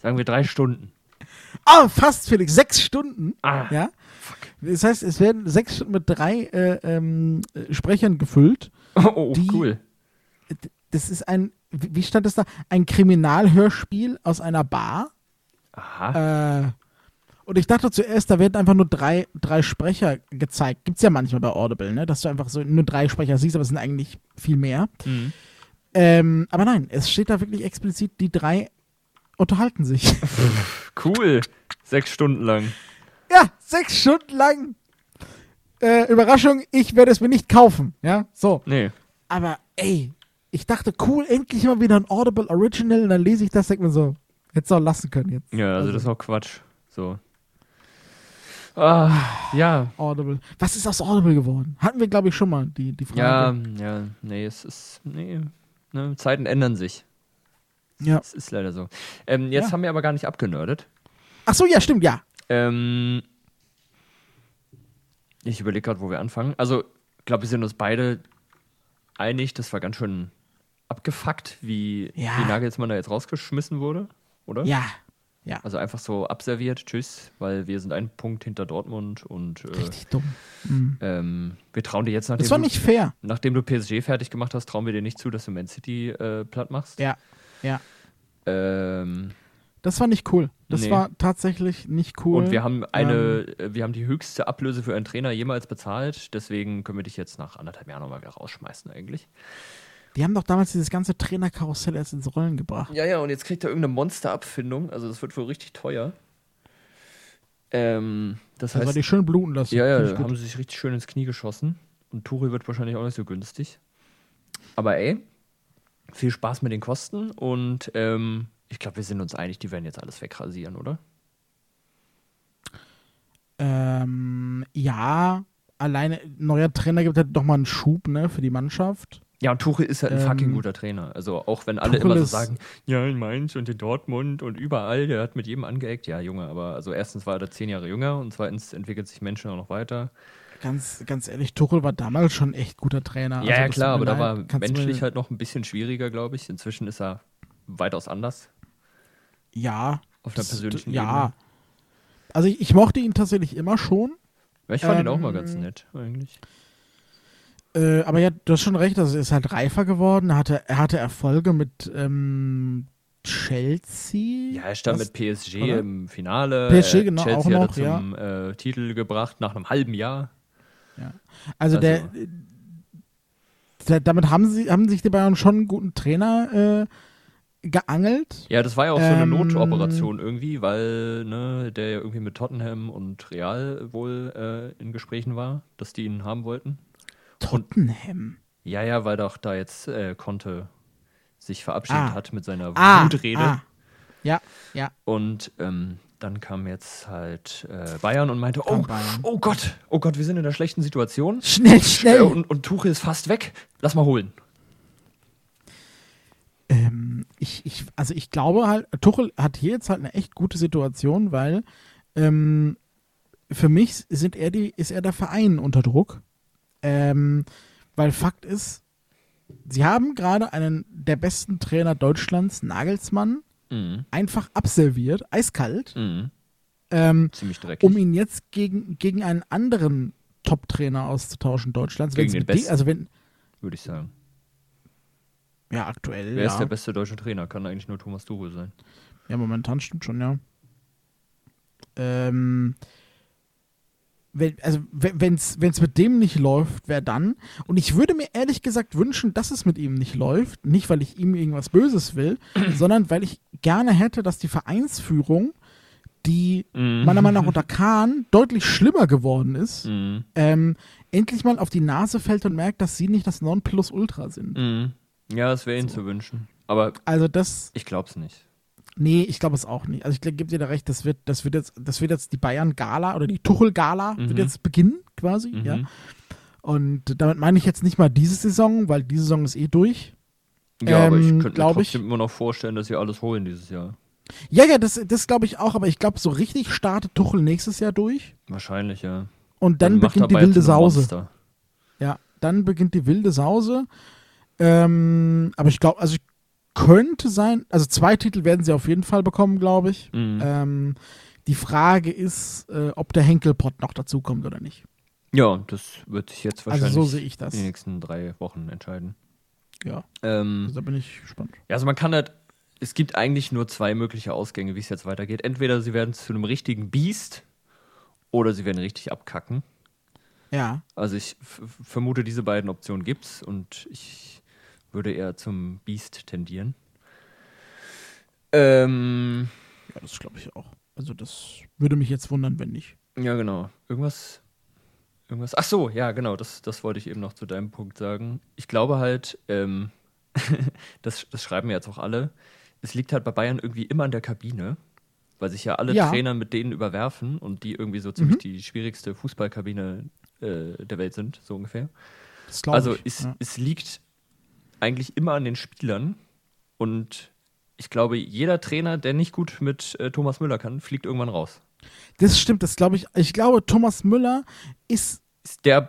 Speaker 1: Sagen wir drei Stunden.
Speaker 2: Ah, fast, Felix. Sechs Stunden.
Speaker 1: Ah,
Speaker 2: Ja. Das heißt, es werden sechs Stunden mit drei äh, ähm, äh, Sprechern gefüllt.
Speaker 1: oh, oh,
Speaker 2: Die-
Speaker 1: cool.
Speaker 2: Das ist ein, wie wie stand es da? Ein Kriminalhörspiel aus einer Bar.
Speaker 1: Aha.
Speaker 2: Äh, und ich dachte zuerst, da werden einfach nur drei, drei Sprecher gezeigt. Gibt's ja manchmal bei Audible, ne? dass du einfach so nur drei Sprecher siehst, aber es sind eigentlich viel mehr.
Speaker 1: Mhm.
Speaker 2: Ähm, aber nein, es steht da wirklich explizit, die drei unterhalten sich.
Speaker 1: Cool. Sechs Stunden lang.
Speaker 2: Ja, sechs Stunden lang. Äh, Überraschung, ich werde es mir nicht kaufen. Ja, so.
Speaker 1: Nee.
Speaker 2: Aber ey, ich dachte, cool, endlich mal wieder ein Audible Original. Und dann lese ich das, denke mir so, hättest du auch lassen können jetzt.
Speaker 1: Ja, also das ist auch Quatsch. So. Ah, ja.
Speaker 2: Audible. Was ist aus Audible geworden? Hatten wir, glaube ich, schon mal die, die
Speaker 1: Ja,
Speaker 2: Frage.
Speaker 1: ja. Nee, es ist. Nee. Ne, Zeiten ändern sich.
Speaker 2: Ja.
Speaker 1: Es ist leider so. Ähm, jetzt
Speaker 2: Ja.
Speaker 1: haben wir aber gar nicht abgenördet.
Speaker 2: Ach so, ja, stimmt, ja.
Speaker 1: Ähm, ich überlege gerade, wo wir anfangen. Also, ich glaube, wir sind uns beide einig, das war ganz schön abgefuckt, wie,
Speaker 2: Ja.
Speaker 1: wie Nagelsmann da jetzt rausgeschmissen wurde, oder?
Speaker 2: Ja. Ja.
Speaker 1: Also einfach so abserviert, tschüss, weil wir sind ein Punkt hinter Dortmund und äh,
Speaker 2: Richtig dumm. Mhm.
Speaker 1: ähm, wir trauen dir jetzt, nachdem
Speaker 2: Das war
Speaker 1: du,
Speaker 2: nicht fair.
Speaker 1: nachdem du PSG fertig gemacht hast, trauen wir dir nicht zu, dass du Man City äh, platt machst.
Speaker 2: Ja. Ja.
Speaker 1: Ähm,
Speaker 2: Das war nicht cool. Das
Speaker 1: Nee.
Speaker 2: war tatsächlich nicht cool.
Speaker 1: Und wir haben eine, äh, wir haben die höchste Ablöse für einen Trainer jemals bezahlt. Deswegen können wir dich jetzt nach anderthalb Jahren nochmal wieder rausschmeißen eigentlich.
Speaker 2: die haben doch damals dieses ganze Trainerkarussell erst ins Rollen gebracht.
Speaker 1: Ja, ja, und jetzt kriegt er irgendeine Monsterabfindung. Also das wird wohl richtig teuer. Ähm, das
Speaker 2: Das war
Speaker 1: heißt,
Speaker 2: die schön bluten lassen.
Speaker 1: ja,
Speaker 2: Finde ich
Speaker 1: ja,
Speaker 2: gut.
Speaker 1: haben sie sich richtig schön ins Knie geschossen. Und Tuchel wird wahrscheinlich auch nicht so günstig. Aber ey, viel Spaß mit den Kosten. Und ähm, ich glaube, wir sind uns einig, die werden jetzt alles wegrasieren, oder?
Speaker 2: Ähm, ja, alleine neuer Trainer gibt halt doch mal einen Schub, ne, für die Mannschaft.
Speaker 1: Ja, und Tuchel ist halt ein
Speaker 2: Ähm,
Speaker 1: fucking guter Trainer. Also auch wenn alle
Speaker 2: Tuchel
Speaker 1: immer so
Speaker 2: ist-
Speaker 1: sagen, ja, in Mainz und in Dortmund und überall, der hat mit jedem angeeckt. Ja, Junge, aber also erstens war er zehn Jahre jünger und zweitens entwickelt sich Menschen auch noch weiter.
Speaker 2: Ganz, ganz ehrlich, Tuchel war damals schon echt guter Trainer.
Speaker 1: ja,
Speaker 2: Also,
Speaker 1: ja,
Speaker 2: das
Speaker 1: klar, aber
Speaker 2: tut mir
Speaker 1: da war
Speaker 2: leid. Kannst du
Speaker 1: menschlich
Speaker 2: mir-
Speaker 1: halt noch ein bisschen schwieriger, glaube ich. Inzwischen ist er weitaus anders
Speaker 2: Ja.
Speaker 1: auf der
Speaker 2: das-
Speaker 1: persönlichen
Speaker 2: ja.
Speaker 1: Ebene.
Speaker 2: Also ich, ich mochte ihn tatsächlich immer schon.
Speaker 1: Ja. Ich fand ihn auch
Speaker 2: Ähm,
Speaker 1: mal ganz nett, eigentlich.
Speaker 2: Äh, aber ja, du hast schon recht, also er ist halt reifer geworden. Er hatte, er hatte Erfolge mit ähm, Chelsea.
Speaker 1: Ja, er stand
Speaker 2: das-
Speaker 1: mit PSG
Speaker 2: oder?
Speaker 1: im Finale.
Speaker 2: PSG
Speaker 1: äh,
Speaker 2: genau,
Speaker 1: Chelsea
Speaker 2: auch
Speaker 1: hat
Speaker 2: noch,
Speaker 1: er
Speaker 2: ja.
Speaker 1: zum äh, Titel gebracht nach einem halben Jahr.
Speaker 2: Also,
Speaker 1: Also-
Speaker 2: der, der damit haben sie haben sich die Bayern schon einen guten Trainer äh, geangelt.
Speaker 1: Ja, das war ja auch so eine
Speaker 2: Ähm,
Speaker 1: Notoperation irgendwie, weil ne, der ja irgendwie mit Tottenham und Real wohl äh, in Gesprächen war, dass die ihn haben wollten.
Speaker 2: Tottenham.
Speaker 1: Ja, ja, weil doch da jetzt äh, Conte sich verabschiedet
Speaker 2: Ah.
Speaker 1: hat mit seiner
Speaker 2: Ah,
Speaker 1: Wutrede.
Speaker 2: ah. Ja, ja.
Speaker 1: Und ähm, dann kam jetzt halt äh, Bayern und meinte,
Speaker 2: Kam
Speaker 1: oh,
Speaker 2: Bayern.
Speaker 1: oh Gott, oh Gott, wir sind in einer schlechten Situation.
Speaker 2: Schnell,
Speaker 1: Äh,
Speaker 2: schnell.
Speaker 1: Und, und Tuchel ist fast weg. Lass mal holen.
Speaker 2: Ähm, ich, ich, also ich glaube halt, Tuchel hat hier jetzt halt eine echt gute Situation, weil ähm, für mich sind er die, ist er der Verein unter Druck. Ähm, weil Fakt ist, sie haben gerade einen der besten Trainer Deutschlands, Nagelsmann,
Speaker 1: Mhm.
Speaker 2: einfach abserviert, eiskalt,
Speaker 1: Mhm.
Speaker 2: ähm,
Speaker 1: Ziemlich dreckig.
Speaker 2: um ihn jetzt gegen, gegen einen anderen Top-Trainer auszutauschen Deutschlands.
Speaker 1: Gegen
Speaker 2: Wenn's
Speaker 1: den
Speaker 2: mit
Speaker 1: Besten.
Speaker 2: also wenn,
Speaker 1: Würde ich sagen.
Speaker 2: ja, aktuell.
Speaker 1: Wer
Speaker 2: ja.
Speaker 1: ist der beste deutsche Trainer? Kann eigentlich nur Thomas Tuchel sein.
Speaker 2: Ja, momentan stimmt schon, ja. Ähm, wenn, also wenn es mit dem nicht läuft, wer dann? Und ich würde mir ehrlich gesagt wünschen, dass es mit ihm nicht läuft. Nicht, weil ich ihm irgendwas Böses will, sondern weil ich gerne hätte, dass die Vereinsführung, die
Speaker 1: Mhm.
Speaker 2: meiner Meinung nach unter Kahn deutlich schlimmer geworden ist,
Speaker 1: Mhm.
Speaker 2: ähm, endlich mal auf die Nase fällt und merkt, dass sie nicht das Nonplusultra sind.
Speaker 1: Mhm. Ja, es wäre ihnen zu wünschen. Aber
Speaker 2: Also das,
Speaker 1: ich glaub's nicht.
Speaker 2: nee, ich glaube es auch nicht. Also ich gebe dir da recht, das wird, das wird jetzt, das wird jetzt die Bayern-Gala oder die Tuchel-Gala
Speaker 1: Mhm.
Speaker 2: wird jetzt beginnen, quasi,
Speaker 1: Mhm.
Speaker 2: ja. Und damit meine ich jetzt nicht mal diese Saison, weil diese Saison ist eh durch.
Speaker 1: Ja, aber ich
Speaker 2: Ähm,
Speaker 1: könnte mir
Speaker 2: glaub ich-
Speaker 1: trotzdem immer noch vorstellen, dass sie alles holen dieses Jahr.
Speaker 2: Ja, ja, das, das glaube ich auch, aber ich glaube, so richtig startet Tuchel nächstes Jahr durch
Speaker 1: Wahrscheinlich, ja.
Speaker 2: und dann,
Speaker 1: macht er
Speaker 2: beginnt die
Speaker 1: Bayern
Speaker 2: wilde
Speaker 1: zu einem
Speaker 2: Sause.
Speaker 1: Monster.
Speaker 2: Ja, dann beginnt die wilde Sause. Ähm, aber ich glaube, also könnte sein, also zwei Titel werden sie auf jeden Fall bekommen, glaube ich.
Speaker 1: Mhm.
Speaker 2: Ähm, die Frage ist, äh, ob der Henkelpott noch dazukommt oder nicht.
Speaker 1: Ja, das wird sich jetzt
Speaker 2: Also
Speaker 1: wahrscheinlich
Speaker 2: so sehe ich das.
Speaker 1: in den nächsten drei Wochen entscheiden.
Speaker 2: Ja,
Speaker 1: Ähm,
Speaker 2: also da bin ich gespannt.
Speaker 1: Ja, also man kann halt, es gibt eigentlich nur zwei mögliche Ausgänge, wie es jetzt weitergeht. Entweder sie werden zu einem richtigen Biest oder sie werden richtig abkacken.
Speaker 2: Ja,
Speaker 1: Also ich f- f- vermute, diese beiden Optionen gibt's und ich würde eher zum Biest tendieren. Ähm,
Speaker 2: ja das glaube ich auch. Also das würde mich jetzt wundern, wenn nicht.
Speaker 1: ja, genau. Irgendwas. Irgendwas. Ach so, ja, genau. Das, das wollte ich eben noch zu deinem Punkt sagen. Ich glaube halt, ähm, das, das schreiben ja jetzt auch alle. Es liegt halt bei Bayern irgendwie immer an der Kabine, weil sich ja alle
Speaker 2: Ja.
Speaker 1: Trainer mit denen überwerfen und die irgendwie so ziemlich die schwierigste Fußballkabine äh, der Welt sind, so ungefähr.
Speaker 2: Das glaube
Speaker 1: also
Speaker 2: ich.
Speaker 1: es,
Speaker 2: ja.
Speaker 1: es liegt eigentlich immer an den Spielern und ich glaube, jeder Trainer, der nicht gut mit äh, Thomas Müller kann, fliegt irgendwann raus.
Speaker 2: Das stimmt, das glaube ich. Ich glaube, Thomas Müller ist
Speaker 1: ist der,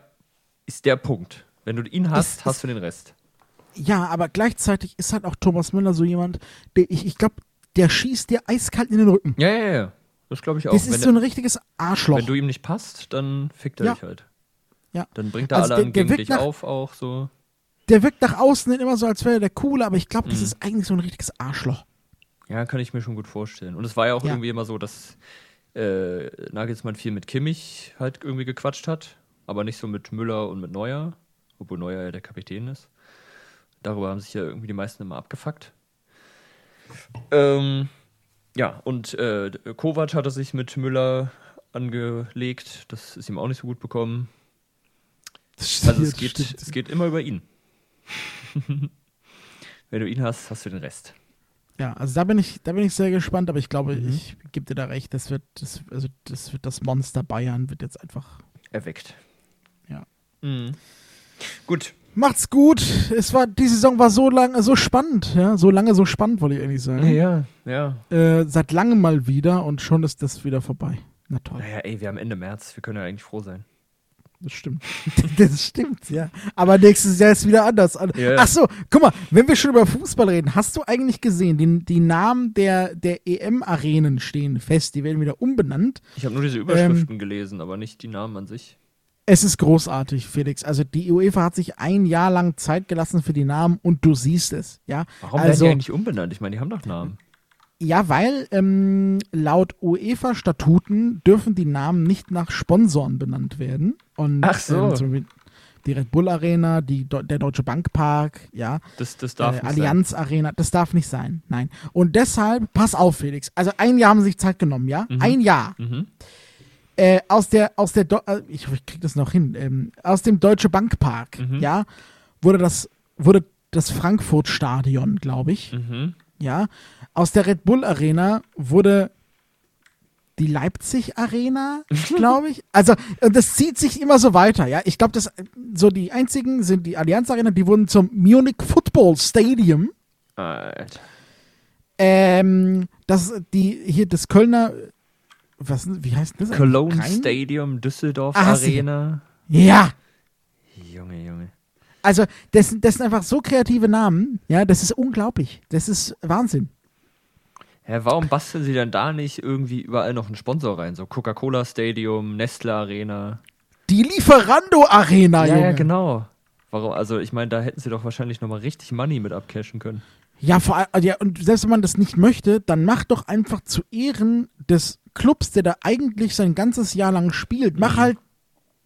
Speaker 1: ist der Punkt. Wenn du ihn hast,
Speaker 2: Ist-
Speaker 1: hast du den Rest.
Speaker 2: Ja, aber gleichzeitig ist halt auch Thomas Müller so jemand, der ich, ich glaube, der schießt dir eiskalt in den Rücken.
Speaker 1: Ja, ja, ja. Das glaube ich auch.
Speaker 2: Das
Speaker 1: Wenn,
Speaker 2: ist so ein richtiges Arschloch.
Speaker 1: wenn du ihm nicht passt, dann fickt er
Speaker 2: Ja.
Speaker 1: dich halt.
Speaker 2: Ja.
Speaker 1: Dann bringt er
Speaker 2: Also
Speaker 1: alle
Speaker 2: der-
Speaker 1: an
Speaker 2: der
Speaker 1: gegen
Speaker 2: wirkt
Speaker 1: dich
Speaker 2: nach-
Speaker 1: auf, auch so.
Speaker 2: der wirkt nach außen hin immer so, als wäre er der Coole, aber ich glaube, das
Speaker 1: Mhm.
Speaker 2: ist eigentlich so ein richtiges Arschloch.
Speaker 1: Ja, kann ich mir schon gut vorstellen. Und es war ja auch
Speaker 2: Ja.
Speaker 1: irgendwie immer so, dass äh, Nagelsmann viel mit Kimmich halt irgendwie gequatscht hat, aber nicht so mit Müller und mit Neuer, obwohl Neuer ja der Kapitän ist. Darüber haben sich ja irgendwie die meisten immer abgefuckt. Ähm, ja, und äh, Kovac hatte sich mit Müller angelegt, das ist ihm auch nicht so gut bekommen.
Speaker 2: Das
Speaker 1: Also es
Speaker 2: stimmt,
Speaker 1: geht,
Speaker 2: stimmt.
Speaker 1: es geht immer über ihn. Wenn du ihn hast, hast du den Rest.
Speaker 2: Ja, also da bin ich, da bin ich sehr gespannt, aber ich glaube,
Speaker 1: Mhm.
Speaker 2: ich gebe dir da recht, das wird, das, also das wird das Monster Bayern wird jetzt einfach.
Speaker 1: erweckt.
Speaker 2: Ja.
Speaker 1: Mhm. Gut.
Speaker 2: Macht's gut. Es war, die Saison war so lang, so spannend, ja, so lange, so spannend, wollte ich eigentlich sagen.
Speaker 1: Ja, ja.
Speaker 2: Äh, seit langem mal wieder und schon ist das wieder vorbei. Na toll.
Speaker 1: Naja, ey, wir haben Ende März. Wir können ja eigentlich froh sein.
Speaker 2: Das stimmt. das stimmt, ja. Aber nächstes Jahr ist wieder anders. An-
Speaker 1: Ja.
Speaker 2: Ach so, guck mal, wenn wir schon über Fußball reden, hast du eigentlich gesehen, die, die Namen der, der EM-Arenen stehen fest, die werden wieder umbenannt.
Speaker 1: Ich habe nur
Speaker 2: Ähm,
Speaker 1: diese Überschriften gelesen, aber nicht die Namen an sich.
Speaker 2: Es ist großartig, Felix. Also die UEFA hat sich ein Jahr lang Zeit gelassen für die Namen und du siehst es, ja.
Speaker 1: Warum
Speaker 2: also,
Speaker 1: werden die eigentlich umbenannt? Ich meine, die haben doch Namen.
Speaker 2: Ja, weil ähm, laut UEFA-Statuten dürfen die Namen nicht nach Sponsoren benannt werden. Und,
Speaker 1: Ach so.
Speaker 2: Ähm, zum Beispiel die Red Bull Arena, die, Deu- der Deutsche Bank Park, ja.
Speaker 1: Das, das darf
Speaker 2: äh,
Speaker 1: nicht
Speaker 2: Allianz Arena, das darf nicht sein, nein. Und deshalb, pass auf, Felix. Also ein Jahr haben sie sich Zeit genommen, ja? Ein Jahr.
Speaker 1: sein. Mhm.
Speaker 2: Äh, aus der, aus der, Deu- äh, ich hoffe, ich krieg das noch hin. Ähm, aus dem Deutsche Bank Park,
Speaker 1: Mhm.
Speaker 2: ja, wurde das, wurde das Frankfurt Stadion, glaube ich,
Speaker 1: Mhm.
Speaker 2: ja. Aus der Red Bull Arena wurde die Leipzig Arena, glaube ich. Also äh, das zieht sich immer so weiter, ja. Ich glaube, das äh, so die einzigen sind die Allianz Arena, die wurden zum Munich Football Stadium.
Speaker 1: Alter.
Speaker 2: Ähm, das, die, hier das Kölner, was, wie heißt das? eigentlich?
Speaker 1: Cologne
Speaker 2: Rhein?
Speaker 1: Stadium, Düsseldorf
Speaker 2: Ah, hast du-
Speaker 1: Arena.
Speaker 2: Ja,
Speaker 1: Junge, Junge.
Speaker 2: also das, sind- das sind einfach so kreative Namen, ja, das ist unglaublich, das ist Wahnsinn.
Speaker 1: Hä, warum basteln sie dann da nicht irgendwie überall noch einen Sponsor rein? So Coca-Cola Stadium, Nestle Arena.
Speaker 2: Die Lieferando Arena,
Speaker 1: ja,
Speaker 2: Ah, Junge.
Speaker 1: ja, genau. Warum? Also, ich meine, da hätten sie doch wahrscheinlich nochmal richtig Money mit abcashen können.
Speaker 2: Ja, vor allem, ja, und selbst wenn man das nicht möchte, dann macht doch einfach zu Ehren des Clubs, der da eigentlich sein ganzes Jahr lang spielt,
Speaker 1: Mhm.
Speaker 2: mach halt,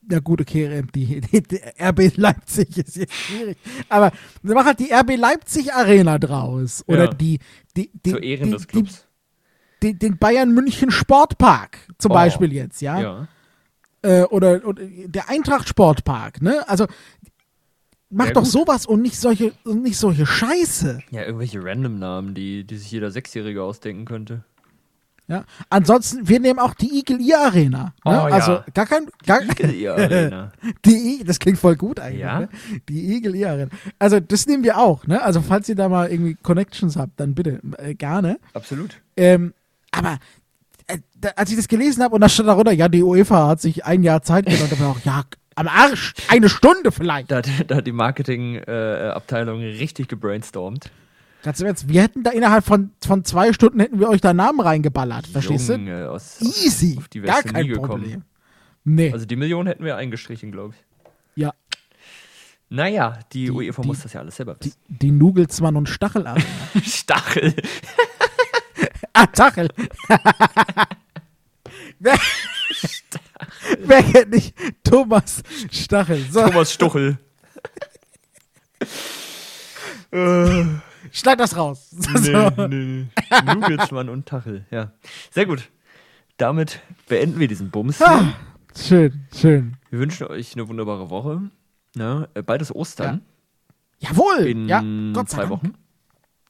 Speaker 2: na gut, okay, äh, die, die, die RB Leipzig ist jetzt schwierig, aber mach halt die RB Leipzig Arena draus oder
Speaker 1: Ja.
Speaker 2: die, die, die,
Speaker 1: Zu Ehren
Speaker 2: die,
Speaker 1: des Clubs.
Speaker 2: Die, die, den Bayern München Sportpark zum
Speaker 1: Oh.
Speaker 2: Beispiel jetzt, ja,
Speaker 1: ja.
Speaker 2: Äh, oder, oder der Eintracht Sportpark, ne, also Mach
Speaker 1: Ja,
Speaker 2: doch
Speaker 1: gut.
Speaker 2: sowas und nicht solche, und nicht solche Scheiße.
Speaker 1: Ja, irgendwelche Random-Namen, die, die sich jeder Sechsjährige ausdenken könnte.
Speaker 2: Ja. Ansonsten, wir nehmen auch die Eagle Ear Arena. Ne?
Speaker 1: Oh, ja.
Speaker 2: Also gar kein. Gar,
Speaker 1: Eagle Arena.
Speaker 2: Die I- das klingt voll gut eigentlich.
Speaker 1: Ja?
Speaker 2: Ne? Die Eagle Ear Arena. Also das nehmen wir auch. Ne? Also falls ihr da mal irgendwie Connections habt, dann bitte äh, gerne.
Speaker 1: Absolut.
Speaker 2: Ähm, aber äh, da, als ich das gelesen habe und da stand darunter, ja, die UEFA hat sich ein Jahr Zeit genommen, da war auch, ja, am Arsch, eine Stunde vielleicht.
Speaker 1: Da, hat- da hat die Marketing-Abteilung richtig gebrainstormt.
Speaker 2: Ganz im Ernst, wir hätten da innerhalb von, von zwei Stunden hätten wir euch da Namen reingeballert, verstehst du?
Speaker 1: Junge, aus, äh, aus,
Speaker 2: Easy,
Speaker 1: auf die
Speaker 2: gar
Speaker 1: wärst du
Speaker 2: kein
Speaker 1: nie gekommen.
Speaker 2: Problem. Nee,
Speaker 1: Also die Million hätten wir eingestrichen, glaube ich.
Speaker 2: ja,
Speaker 1: Naja, die, UEFA
Speaker 2: die-
Speaker 1: muss das ja alles selber
Speaker 2: die,
Speaker 1: wissen.
Speaker 2: die Nugelsmann und Stachelart.
Speaker 1: Stachel.
Speaker 2: Ah, Stachel. wer, wer kennt nicht Thomas Stachel? So,
Speaker 1: Thomas Stuchel.
Speaker 2: schlag das raus.
Speaker 1: Äh, Nee,
Speaker 2: So.
Speaker 1: nee. Nugelsmann und Tachel, ja. Sehr gut. Damit beenden wir diesen Bums. hier.
Speaker 2: Ah, schön, schön.
Speaker 1: Wir wünschen euch eine wunderbare Woche. Na, äh, bald ist Ostern.
Speaker 2: Jawohl.
Speaker 1: In
Speaker 2: ja, Gott sei
Speaker 1: zwei
Speaker 2: Dank.
Speaker 1: Wochen.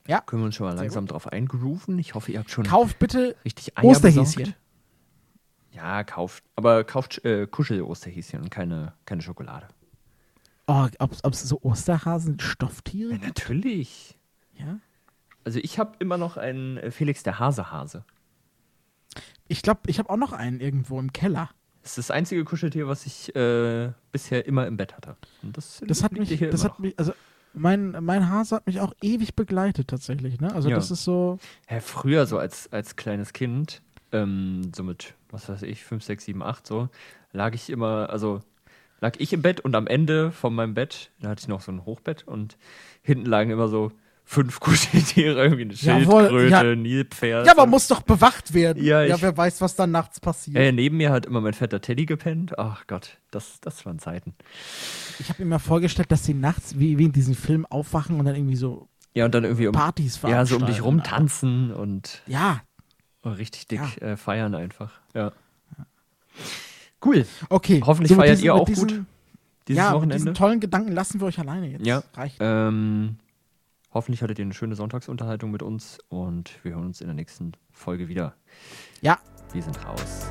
Speaker 2: Ja.
Speaker 1: Können wir uns schon mal langsam drauf eingrooven. Ich hoffe, ihr habt schon
Speaker 2: Kauft bitte
Speaker 1: richtig Eier
Speaker 2: Osterhäschen.
Speaker 1: besorgt. Ja, kauft. Aber kauft äh, Kuschel-Osterhäschen und keine, keine Schokolade.
Speaker 2: Oh, ob, ob so Osterhasen Stofftiere?
Speaker 1: Ja, natürlich.
Speaker 2: Ja.
Speaker 1: Also ich habe immer noch einen äh, Felix der Hase-Hase.
Speaker 2: Ich glaube, ich habe auch noch einen irgendwo im Keller.
Speaker 1: Das ist das einzige Kuscheltier, was ich äh, bisher immer im Bett hatte. Und das,
Speaker 2: Das hat
Speaker 1: liegt
Speaker 2: mich,
Speaker 1: hier
Speaker 2: das
Speaker 1: immer
Speaker 2: hat
Speaker 1: noch.
Speaker 2: mich, also mein, mein Hase hat mich auch ewig begleitet tatsächlich. Ne? Also
Speaker 1: Ja.
Speaker 2: das ist so.
Speaker 1: Ja, früher so als, als kleines Kind, ähm, so mit, was weiß ich, 5, 6, 7, 8 so, lag ich immer, also lag ich im Bett und am Ende von meinem Bett, da hatte ich noch so ein Hochbett und hinten lagen immer so fünf Kuscheltiere, irgendwie eine
Speaker 2: Jawohl,
Speaker 1: Schildkröte,
Speaker 2: ja.
Speaker 1: Nilpferd.
Speaker 2: Ja, man
Speaker 1: und-
Speaker 2: muss doch bewacht werden.
Speaker 1: Also Ja, ich-
Speaker 2: wer weiß, was dann nachts passiert.
Speaker 1: Äh, neben mir hat immer mein fetter Teddy gepennt. Ach Gott, das, das waren Zeiten.
Speaker 2: Ich habe mir mal vorgestellt, dass sie nachts wie, wie in diesem Film aufwachen und dann irgendwie so
Speaker 1: Ja, und dann irgendwie um,
Speaker 2: Partys
Speaker 1: ja, so um dich
Speaker 2: veranstalten.
Speaker 1: rum tanzen und
Speaker 2: Ja,
Speaker 1: Oh, richtig dick äh, feiern einfach. Ja. Cool.
Speaker 2: okay.
Speaker 1: Hoffentlich
Speaker 2: mit
Speaker 1: feiert
Speaker 2: diesen-
Speaker 1: ihr
Speaker 2: mit
Speaker 1: auch
Speaker 2: diesen,
Speaker 1: gut Dieses
Speaker 2: ja, Mit
Speaker 1: Wochenende.
Speaker 2: diesen tollen Gedanken lassen wir euch alleine jetzt.
Speaker 1: Ja.
Speaker 2: Reicht.
Speaker 1: Ähm, hoffentlich hattet ihr eine schöne Sonntagsunterhaltung mit uns und wir hören uns in der nächsten Folge wieder.
Speaker 2: Ja.
Speaker 1: Wir sind raus.